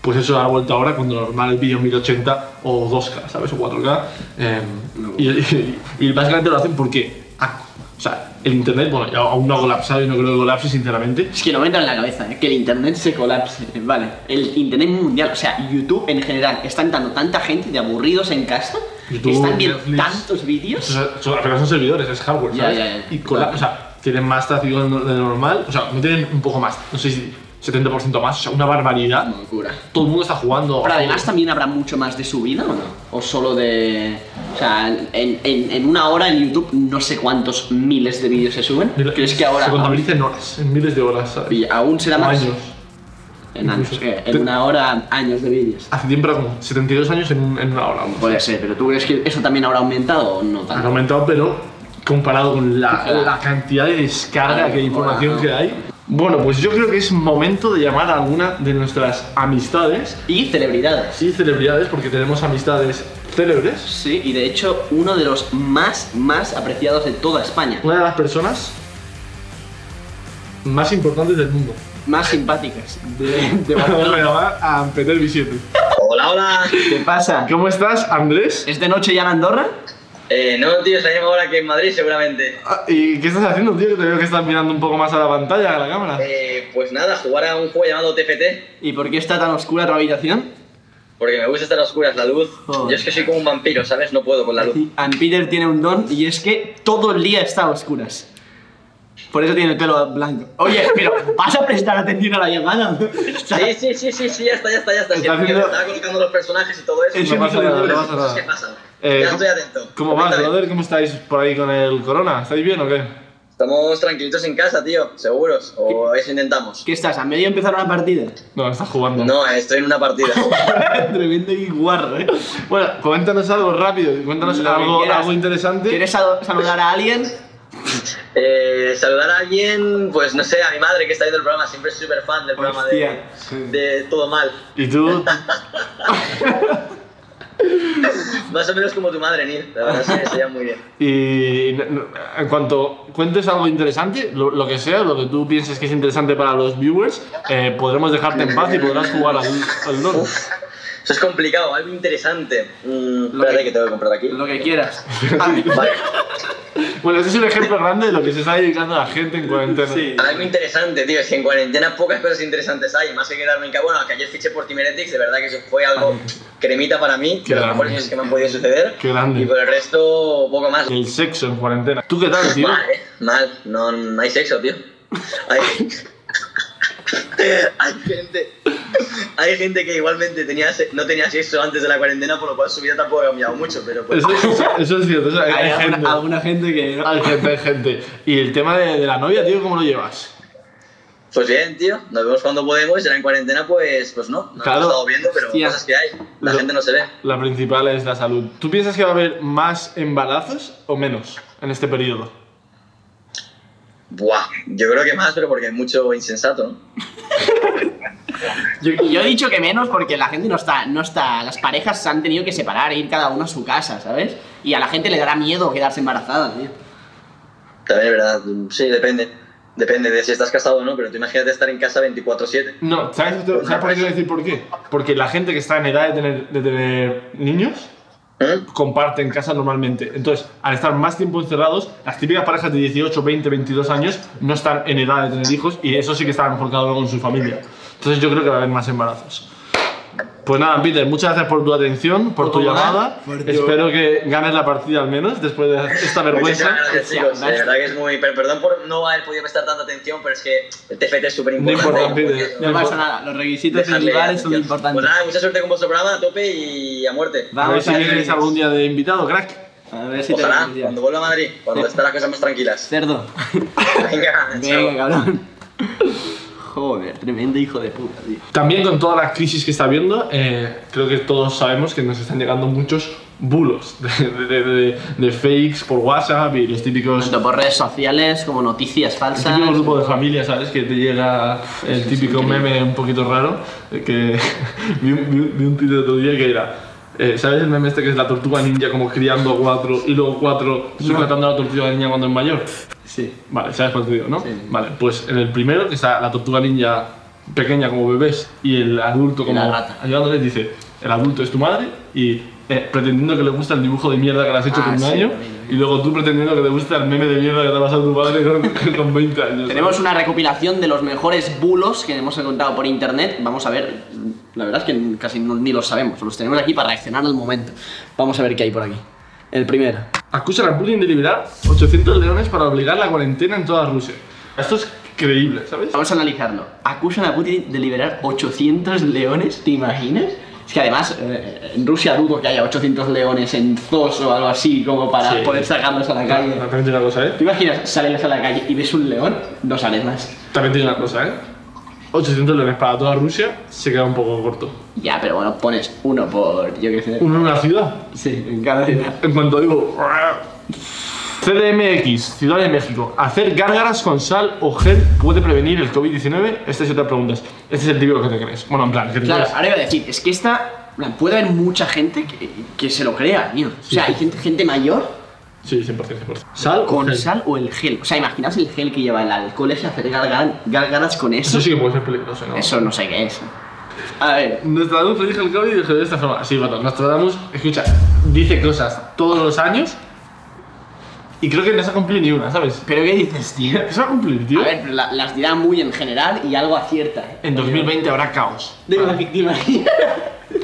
Speaker 1: Pues eso ha vuelto ahora cuando lo normal es vídeo en 1080 o 2K, ¿sabes? O 4K. em,
Speaker 2: No.
Speaker 1: y, y- y básicamente lo hacen porque, ah, o sea, el internet, bueno, ya aún no ha colapsado y no creo que colapse, sinceramente.
Speaker 2: Es que no me entra en la cabeza, ¿eh? que el internet se colapse. eh, Vale, el internet mundial, o sea, YouTube en general, está entrando tanta gente de aburridos en casa
Speaker 1: YouTube,
Speaker 2: están viendo
Speaker 1: Netflix.
Speaker 2: tantos vídeos.
Speaker 1: Son- son- al final son servidores, es hardware,
Speaker 2: Ya,
Speaker 1: ¿sabes?
Speaker 2: ya, ya.
Speaker 1: Y con la-
Speaker 2: Claro.
Speaker 1: o sea, tienen más tráfico de de normal, o sea, no tienen un poco más, no sé si 70% más, o sea, una barbaridad.
Speaker 2: Una locura.
Speaker 1: Todo el mundo está jugando.
Speaker 2: Pero además también habrá mucho más de subida, ¿o no? O solo de... O sea, en, en- en una hora en YouTube no sé cuántos miles de vídeos se suben. ¿Crees que ahora
Speaker 1: Se contabiliza en horas, en miles de horas, ¿sabes?
Speaker 2: y aún será
Speaker 1: O
Speaker 2: más?
Speaker 1: años.
Speaker 2: En años,
Speaker 1: Incluso.
Speaker 2: que en una hora años de vídeos.
Speaker 1: Hace tiempo era como 72 años en, un- en una hora.
Speaker 2: Puede ser, pero ¿tú crees que eso también habrá aumentado o no
Speaker 1: Han
Speaker 2: tanto?
Speaker 1: aumentado, pero comparado con la, la cantidad de descarga que de información que hay. Bueno, pues yo creo que es momento de llamar a alguna de nuestras amistades
Speaker 2: Y celebridades.
Speaker 1: y celebridades, porque tenemos amistades célebres.
Speaker 2: Sí, y de hecho uno de los más, más apreciados de toda España.
Speaker 1: Una de las personas más importantes del <laughs> mundo.
Speaker 2: Más simpáticas. De, de
Speaker 1: Vamos a
Speaker 2: Barcelona.
Speaker 1: llamar a Peter Vicente.
Speaker 3: <laughs> Hola, hola.
Speaker 2: ¿Qué pasa?
Speaker 1: ¿Cómo estás, Andrés?
Speaker 2: ¿Es de noche ya en Andorra?
Speaker 3: Eh, no, tío, es la misma hora que en Madrid, seguramente.
Speaker 1: Ah, ¿Y qué estás haciendo, tío? Que te veo que estás mirando un poco más a la pantalla, a la cámara.
Speaker 3: Eh, pues nada, jugar a un juego llamado TFT,
Speaker 2: ¿Y por qué está tan oscura tu habitación?
Speaker 3: porque me gusta estar a oscuras, la luz.
Speaker 1: Oh.
Speaker 2: Joder.
Speaker 3: Yo es que soy como un vampiro, ¿sabes? No puedo con
Speaker 1: <laughs>
Speaker 3: la luz.
Speaker 2: And Peter tiene un don y es que todo el día está a oscuras. Por eso tiene el pelo blanco. Oye, pero ¿vas a prestar atención a la llamada? <laughs> O sea,
Speaker 3: Sí, sí, sí, sí, sí, ya está, ya está, ya está.
Speaker 1: Está
Speaker 3: Sí, porque
Speaker 1: haciendo-
Speaker 3: me Estaba colocando los personajes y todo eso.
Speaker 1: Eso
Speaker 3: Son
Speaker 1: no pasa
Speaker 3: mis
Speaker 1: nada, no
Speaker 3: colores,
Speaker 1: pasa
Speaker 3: cosas
Speaker 1: nada.
Speaker 3: que pasan.
Speaker 1: Eh,
Speaker 3: ya
Speaker 1: ¿cómo-
Speaker 3: estoy atento.
Speaker 1: ¿Cómo vas,
Speaker 3: Coméntame.
Speaker 1: brother? ¿Cómo estáis por ahí con el corona? ¿Estáis bien o qué?
Speaker 3: Estamos tranquilitos en casa, tío, seguros. O eso intentamos.
Speaker 2: ¿Qué estás? ¿A medio de empezar una partida? <laughs>
Speaker 1: No, estás jugando.
Speaker 3: No, eh, estoy en
Speaker 1: <laughs>
Speaker 3: una partida.
Speaker 2: Tremendo y guarro, ¿eh?
Speaker 1: Bueno, coméntanos algo rápido, cuéntanos
Speaker 2: Lo que
Speaker 1: algo,
Speaker 2: quieras.
Speaker 1: algo interesante.
Speaker 2: ¿Quieres sal- saludar a alguien?
Speaker 3: Eh, saludar a alguien, pues no sé, a mi madre que está viendo el programa, siempre es súper fan del programa de,
Speaker 2: Hostia,
Speaker 3: de Todo Mal.
Speaker 1: ¿Y tú?
Speaker 3: Más o menos como tu madre, Neil. La verdad se, se lleva muy bien.
Speaker 1: Y n- n- en cuanto cuentes algo interesante, lo, lo que sea, lo que tú pienses que es interesante para los viewers, eh, podremos dejarte en paz y podrás jugar al, al LoL.
Speaker 3: Eso es complicado, algo interesante. Mm,
Speaker 2: Lo
Speaker 3: espérate
Speaker 2: que-
Speaker 3: que tengo que comprar aquí.
Speaker 2: Lo que
Speaker 1: <laughs>
Speaker 2: quieras. Ah,
Speaker 3: Vale.
Speaker 1: Bueno, ese es un ejemplo grande de lo que se está dedicando la gente en cuarentena.
Speaker 2: Sí.
Speaker 3: Algo interesante, tío. Es que en cuarentena pocas cosas interesantes hay. Más que quedarme en casa. Bueno, que ayer fiché por Timeretics, de verdad que eso fue algo cremita para mí.
Speaker 1: Qué
Speaker 3: De las
Speaker 1: grande.
Speaker 3: mejores cosas que me han podido suceder.
Speaker 1: Qué grande.
Speaker 3: Y por el resto, poco más.
Speaker 1: El sexo en cuarentena. ¿Tú qué tal, tío?
Speaker 3: Mal, eh. mal. No, no hay sexo, tío. Hay... <laughs> hay gente. Hay gente que igualmente tenía se- no tenía sexo antes de la cuarentena, por lo cual su vida tampoco ha cambiado mucho, pero pues.
Speaker 1: Eso, eso- eso es cierto. o sea, hay,
Speaker 2: Hay
Speaker 1: hay gente,
Speaker 2: alguna, alguna gente que...
Speaker 1: hay gente, hay gente. ¿Y el tema de, de la novia, tío, cómo lo llevas?
Speaker 3: Pues bien, tío, nos vemos cuando podemos. y ahora en cuarentena, pues, pues no. No
Speaker 1: Claro.
Speaker 3: hemos estado viendo, pero
Speaker 2: Hostia.
Speaker 3: cosas que hay. La
Speaker 1: Lo-
Speaker 3: gente no se ve.
Speaker 1: La principal es la salud. ¿Tú piensas que va a haber más embarazos o menos en este periodo?
Speaker 3: Buah, yo creo que más, pero porque hay mucho insensato, ¿no?
Speaker 2: Yo, yo he dicho que menos porque la gente no está, no está. Las parejas se han tenido que separar e ir cada uno a su casa, ¿sabes? Y a la gente le dará miedo quedarse embarazada, tío.
Speaker 3: También es verdad, sí, depende. Depende de si estás casado o no, pero tú imagínate estar en casa 24-7.
Speaker 1: No, ¿sabes, esto- ¿sabes por qué te voy a decir por qué? Porque la gente que está en edad de tener, de tener niños
Speaker 2: ¿Eh?
Speaker 3: ¿Mm?
Speaker 1: comparte en casa normalmente. Entonces, al estar más tiempo encerrados, las típicas parejas de 18, 20, 22 años no están en edad de tener hijos y eso sí que está mejor cada uno con su familia. Entonces, yo creo que va a haber más embarazos. Pues nada, Peter, muchas gracias por tu atención, por tu
Speaker 2: Por tu
Speaker 1: llamada.
Speaker 2: llamada, por tu-
Speaker 1: Espero que ganes la partida al menos después de esta vergüenza.
Speaker 3: Muchísimas gracias,
Speaker 2: Hostia,
Speaker 3: chicos. De
Speaker 2: gracias.
Speaker 3: verdad que es muy. pero perdón por no haber podido prestar tanta atención, pero es que el TFT es súper
Speaker 1: No importa,
Speaker 3: importante.
Speaker 1: Peter.
Speaker 2: No pasa nada, los requisitos individuales son lo importante.
Speaker 3: Pues nada, mucha suerte con vuestro programa, a tope y a muerte.
Speaker 1: A ver
Speaker 2: Vamos
Speaker 1: si
Speaker 2: a
Speaker 1: vienes algún día de invitado, crack.
Speaker 2: A ver si te
Speaker 3: Ojalá,
Speaker 2: beneficia.
Speaker 3: cuando vuelva a Madrid, cuando estén las cosas más tranquilas.
Speaker 2: Cerdo.
Speaker 3: Venga, chao.
Speaker 2: <laughs> Venga, cabrón. Joder, tremendo hijo de puta, tío.
Speaker 1: También con toda la crisis que está habiendo, eh, creo que todos sabemos que nos están llegando muchos bulos <laughs> de, de- de- de fakes por WhatsApp y los típicos,
Speaker 2: Tanto por redes sociales como noticias
Speaker 1: el
Speaker 2: falsas.
Speaker 1: típico grupo de familia, ¿sabes? Que te llega el típico meme un poquito raro. eh, Que <laughs> vi, un- vi un- vi un tuit el otro día que era, eh, ¿sabes el meme este que es la tortuga ninja como criando a cuatro y luego cuatro sujetando a la tortuga ninja cuando es mayor?
Speaker 2: Sí.
Speaker 1: Vale, sabes cuál te digo, ¿no?
Speaker 2: Sí.
Speaker 1: Vale, pues en el primero, que está la tortuga ninja pequeña como bebés y el adulto como
Speaker 2: la rata.
Speaker 1: ayudándoles, dice, el adulto es tu madre y eh, pretendiendo que le gusta el dibujo de mierda que le has hecho
Speaker 2: Ah,
Speaker 1: con un
Speaker 2: sí,
Speaker 1: año
Speaker 2: lo vi, lo vi.
Speaker 1: y luego tú pretendiendo que te gusta el meme de mierda que te ha pasado tu padre con, <laughs> con 20 años.
Speaker 2: Tenemos una recopilación de los mejores bulos que hemos encontrado por internet. Vamos a ver La verdad es que casi no- ni los sabemos, los tenemos aquí para reaccionar al momento. Vamos a ver qué hay por aquí. El primero.
Speaker 1: Acusa a Putin de liberar 800 leones para obligar la cuarentena en toda Rusia. Esto es creíble, ¿sabes?
Speaker 2: Vamos a analizarlo. Acusan a Putin de liberar 800 leones, ¿te imaginas? Es que además, eh, en Rusia dudo que haya 800 leones en zoos o algo así como para
Speaker 1: Sí.
Speaker 2: poder sacarlos a la calle.
Speaker 1: También tiene una cosa, ¿eh?
Speaker 2: ¿Te imaginas? Sales a la calle y ves un león, no sales más.
Speaker 1: También tiene una cosa, ¿eh? 800 leones para toda Rusia se queda un poco corto.
Speaker 2: Ya, pero bueno, pones uno por, yo qué sé.
Speaker 1: Uno en una ciudad.
Speaker 2: Sí, en cada ciudad.
Speaker 1: En cuanto digo... CDMX, Ciudad de México. ¿Hacer gárgaras con sal o gel puede prevenir el COVID-19? Esta es otra pregunta. Este es el típico que te crees. Bueno, en plan, que te
Speaker 2: Claro,
Speaker 1: crees.
Speaker 2: ahora iba a decir, es que esta, en plan, puede haber mucha gente que, que se lo crea, tío. O sea, hay gente, gente mayor
Speaker 1: Sí, 100%, 100%. ¿Sal o
Speaker 2: con
Speaker 1: gel?
Speaker 2: sal o el gel. O sea, imaginaos el gel que lleva el alcohol ese, hacer gargar- gárgaras con eso.
Speaker 1: Eso sí que puede ser peligroso, ¿no?
Speaker 2: Eso no sé qué es. A ver,
Speaker 1: Nostradamus predijo el COVID y dijo de esta forma. Sí, bueno, Nostradamus, escucha, dice cosas todos los años y creo que no se ha cumplido ni una, ¿sabes?
Speaker 2: ¿pero qué dices, tío?
Speaker 1: ¿Qué se va a cumplir, tío?
Speaker 2: A ver, pero la- las dirá muy en general y algo acierta. ¿eh?
Speaker 1: en 2020 habrá caos.
Speaker 2: ¿Te imagi- te
Speaker 1: <laughs>
Speaker 2: imaginas?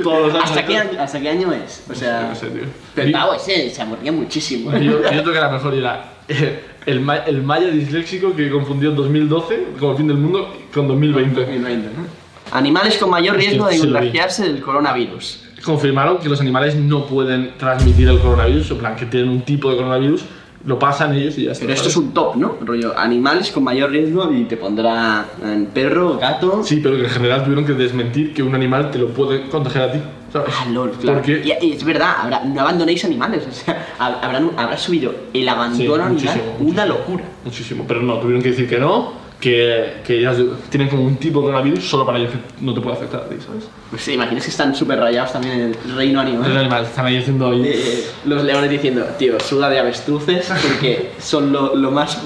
Speaker 1: Todos los años.
Speaker 2: ¿Hasta qué, año, ¿Hasta qué año es? O sea,
Speaker 1: Yo no sé, tío.
Speaker 2: pero el
Speaker 1: Yo-
Speaker 2: pavo ese se aburría muchísimo. ¿eh?
Speaker 1: Yo, yo creo que era mejor y era eh, el, ma- el maya disléxico que confundió 2012 como el fin del mundo con 2020.
Speaker 2: 2020, ¿no? <laughs> Animales con mayor riesgo de
Speaker 1: Sí, sí lo vi.
Speaker 2: contagiarse del coronavirus.
Speaker 1: Confirmaron que los animales no pueden transmitir el coronavirus, en plan que tienen un tipo de coronavirus, lo pasan ellos y ya está.
Speaker 2: Pero esto es
Speaker 1: ¿sabes?
Speaker 2: un top, ¿no? Rollo, animales con mayor riesgo y te pondrá eh, perro, gato.
Speaker 1: Sí, pero que en general tuvieron que desmentir que un animal te lo puede contagiar a ti, ¿sabes?
Speaker 2: Ah, lol, claro.
Speaker 1: Porque
Speaker 2: Y, y es verdad, habrá- no abandonéis animales. O sea, hab- habrán, habrá subido el
Speaker 1: Sí,
Speaker 2: abandono animal
Speaker 1: muchísimo,
Speaker 2: una
Speaker 1: muchísimo.
Speaker 2: locura.
Speaker 1: Muchísimo, pero no, tuvieron que decir que no, que, que ya tienen como un tipo de coronavirus solo para ellos que no te puede afectar a ti, ¿sabes?
Speaker 2: Pues te imaginas que están súper rayados también en el reino
Speaker 1: Los
Speaker 2: animal.
Speaker 1: animales están ahí haciendo ahí-
Speaker 2: Eh, los leones diciendo, tío, suda de avestruces porque son lo, lo más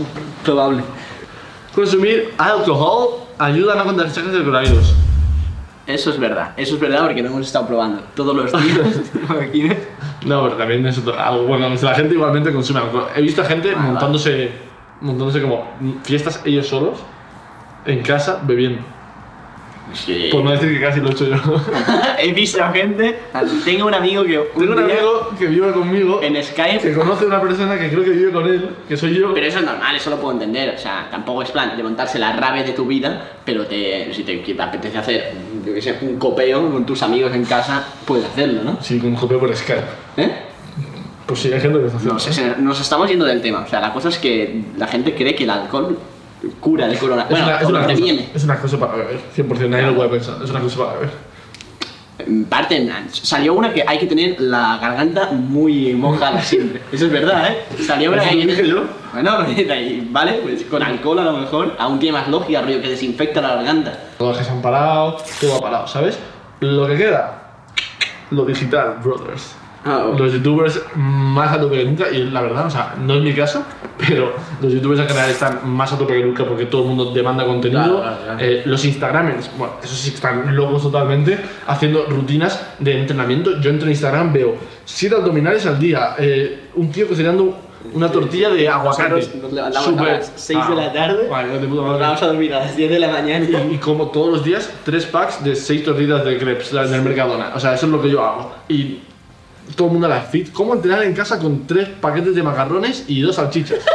Speaker 2: probable.
Speaker 1: Consumir alcohol ayuda a no contagiarse del coronavirus.
Speaker 2: Eso es verdad, eso es verdad porque lo hemos estado probando todos los días. <laughs> ¿Te imaginas?
Speaker 1: No, pero también es otro- algo bueno. o sea, La gente igualmente consume alcohol. He visto gente
Speaker 2: Vale,
Speaker 1: montándose, montándose como fiestas ellos solos en casa bebiendo.
Speaker 2: Sí.
Speaker 1: Por Pues no decir que casi lo he hecho yo.
Speaker 2: <laughs> He visto gente. Tengo un amigo que. un
Speaker 1: Tengo un
Speaker 2: día
Speaker 1: amigo que vive conmigo,
Speaker 2: En
Speaker 1: que
Speaker 2: Skype.
Speaker 1: conoce a una persona que creo que vive con él, que soy yo.
Speaker 2: Pero eso es normal, eso lo puedo entender. O sea, tampoco es plan de montarse la rave de tu vida, pero te, si te, te apetece hacer, yo qué sé, un copeo con tus amigos en casa, puedes hacerlo, ¿no?
Speaker 1: Sí, con un jopeo por Skype.
Speaker 2: ¿Eh?
Speaker 1: Pues sí, hay gente que está haciendo.
Speaker 2: No sé, se- nos estamos yendo del tema. O sea, la cosa es que la gente cree que el alcohol cura el
Speaker 1: Es,
Speaker 2: coronavirus.
Speaker 1: una, es,
Speaker 2: Bueno,
Speaker 1: una
Speaker 2: o
Speaker 1: cosa,
Speaker 2: previene.
Speaker 1: es una cosa para beber, 100%, nadie lo puede pensar, es una cosa para beber.
Speaker 2: En parte, en- salió una que hay que tener la garganta muy mojada <laughs> siempre. Eso es verdad, ¿eh? Salió una que hay
Speaker 1: ¿Eso
Speaker 2: que
Speaker 1: lo dije yo?
Speaker 2: Bueno, <laughs> ahí, vale, pues con alcohol a lo mejor aún tiene más lógica, rollo que desinfecta la garganta.
Speaker 1: Todos que se han parado, todo ha parado, ¿sabes? Lo que queda, lo digital, brothers.
Speaker 2: Ah, oh.
Speaker 1: Los youtubers más a tope que nunca, y la verdad, o sea, no es mi caso, pero los youtubers en general están más a tope que nunca porque todo el mundo demanda
Speaker 2: Claro,
Speaker 1: contenido.
Speaker 2: claro, claro.
Speaker 1: Eh, los instagramers, bueno, esos sí que están locos totalmente, haciendo rutinas de entrenamiento. Yo entro en Instagram, veo 7 abdominales al día, eh, un tío cocinando una tortilla de aguacate. Ah,
Speaker 2: Nosotros nos levantamos a las seis de la tarde,
Speaker 1: Vale, no te puta madre.
Speaker 2: Vamos a dormir a las 10 de la mañana.
Speaker 1: Y- Y como todos los días, tres packs de seis tortillas de crepes las del Mercadona. O sea, eso es lo que yo hago. Y todo el mundo a la fit. ¿Cómo entrenar en casa con tres paquetes de macarrones y dos salchichas?
Speaker 2: <laughs>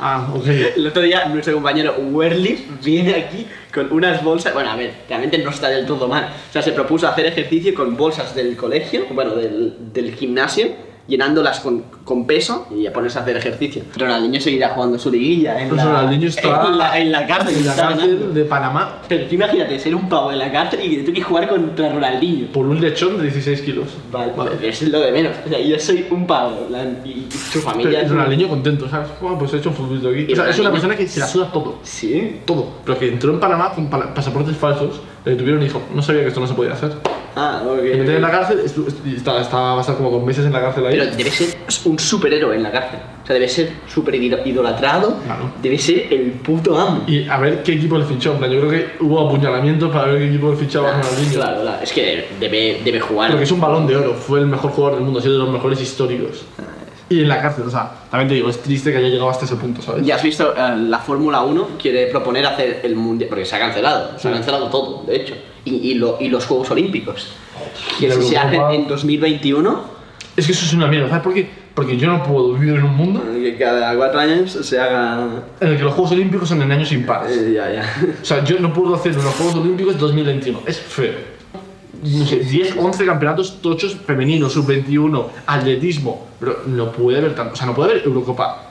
Speaker 1: ah, ok.
Speaker 2: <laughs> El otro día nuestro compañero Werly viene aquí con unas bolsas. Bueno, a ver, realmente no está del todo mal. O sea, se propuso hacer ejercicio con bolsas del colegio, bueno, del, del gimnasio, llenándolas con, con peso y a ponerse a hacer ejercicio. Pero Ronaldinho seguirá jugando su liguilla en,
Speaker 1: Pues
Speaker 2: la,
Speaker 1: Ronaldinho está-
Speaker 2: en la en la cárcel.
Speaker 1: En la
Speaker 2: está
Speaker 1: cárcel
Speaker 2: ganando.
Speaker 1: de Panamá
Speaker 2: Pero tú imagínate ser un pavo en la cárcel y que te toque jugar contra Ronaldinho.
Speaker 1: por un lechón de 16 kilos.
Speaker 2: Vale, es lo de menos. O sea, yo soy un pavo. la- y, y su
Speaker 1: Pero
Speaker 2: familia.
Speaker 1: es un aleño contento, ¿sabes? Bueno, pues he hecho un futbolito aquí.
Speaker 2: Y
Speaker 1: O sea, es una
Speaker 2: Ronaldinho-
Speaker 1: persona que se la suda todo.
Speaker 2: Sí.
Speaker 1: Todo. Pero que entró en Panamá con pala- pasaportes falsos, le detuvieron y dijo, no sabía que esto no se podía hacer.
Speaker 2: Ah,
Speaker 1: Le metieron en la eh?
Speaker 2: ok.
Speaker 1: cárcel estu- estu- y estaba, estaba- va a estar como dos meses en la cárcel ahí.
Speaker 2: Pero debe ser un superhéroe en la cárcel. O sea, debe ser super ido- idolatrado.
Speaker 1: Claro.
Speaker 2: Debe ser el puto amo.
Speaker 1: Y a ver qué equipo le fichó. En plan, yo creo que hubo apuñalamientos para ver qué equipo le fichaba a Ronaldinho.
Speaker 2: Claro, claro. Es que debe, debe jugar.
Speaker 1: Porque es un balón de oro. Fue el mejor jugador del mundo, ha sido de los mejores históricos. y en la cárcel. O sea, también te digo, es triste que haya llegado hasta ese punto, ¿sabes?
Speaker 2: Ya has visto, eh, la Fórmula 1 quiere proponer hacer el mundial, porque se ha cancelado, se ha
Speaker 1: Sí.
Speaker 2: cancelado todo, de hecho. Y, y lo- y los Juegos Olímpicos, que
Speaker 1: Pero
Speaker 2: si se
Speaker 1: Europa-
Speaker 2: hacen en 2021,
Speaker 1: Es que eso es una mierda, ¿sabes por qué? Porque yo no puedo vivir en un mundo
Speaker 2: que cada cuatro años se haga...
Speaker 1: en el que los Juegos Olímpicos son en años impares.
Speaker 2: eh, ya, ya.
Speaker 1: <laughs> O sea, yo no puedo hacer los Juegos Olímpicos 2021. Es feo. No sé, 10, 11 campeonatos tochos femeninos, sub-21, atletismo. Pero no puede haber tanto. O sea, no puede haber Eurocopa,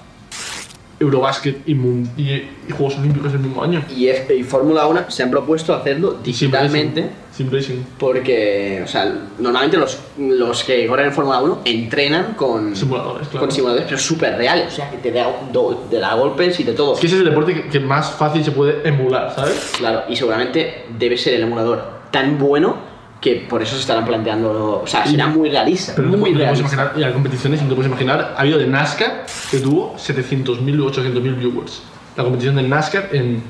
Speaker 1: Eurobásquet y, mun- y- y Juegos Olímpicos el mismo año.
Speaker 2: Y, F- y Fórmula 1 se han propuesto hacerlo digitalmente.
Speaker 1: Sin racing.
Speaker 2: Porque, o sea, normalmente los, los que corren en Fórmula 1 entrenan con
Speaker 1: Simuladores, claro.
Speaker 2: con simuladores, pero súper reales. O sea, que te da, do- te da golpes y de todo.
Speaker 1: Es que ese es el deporte que, que más fácil se puede emular, ¿sabes?
Speaker 2: Claro, y seguramente debe ser el emulador tan bueno que por eso se estarán planteando. O sea, será muy realista.
Speaker 1: Pero no te
Speaker 2: muy
Speaker 1: puedes- no te puedes
Speaker 2: realista.
Speaker 1: imaginar, y a competiciones, no te puedes imaginar, ha habido de NASCAR que tuvo 700.000 u 800.000 viewers. La competición de NASCAR en.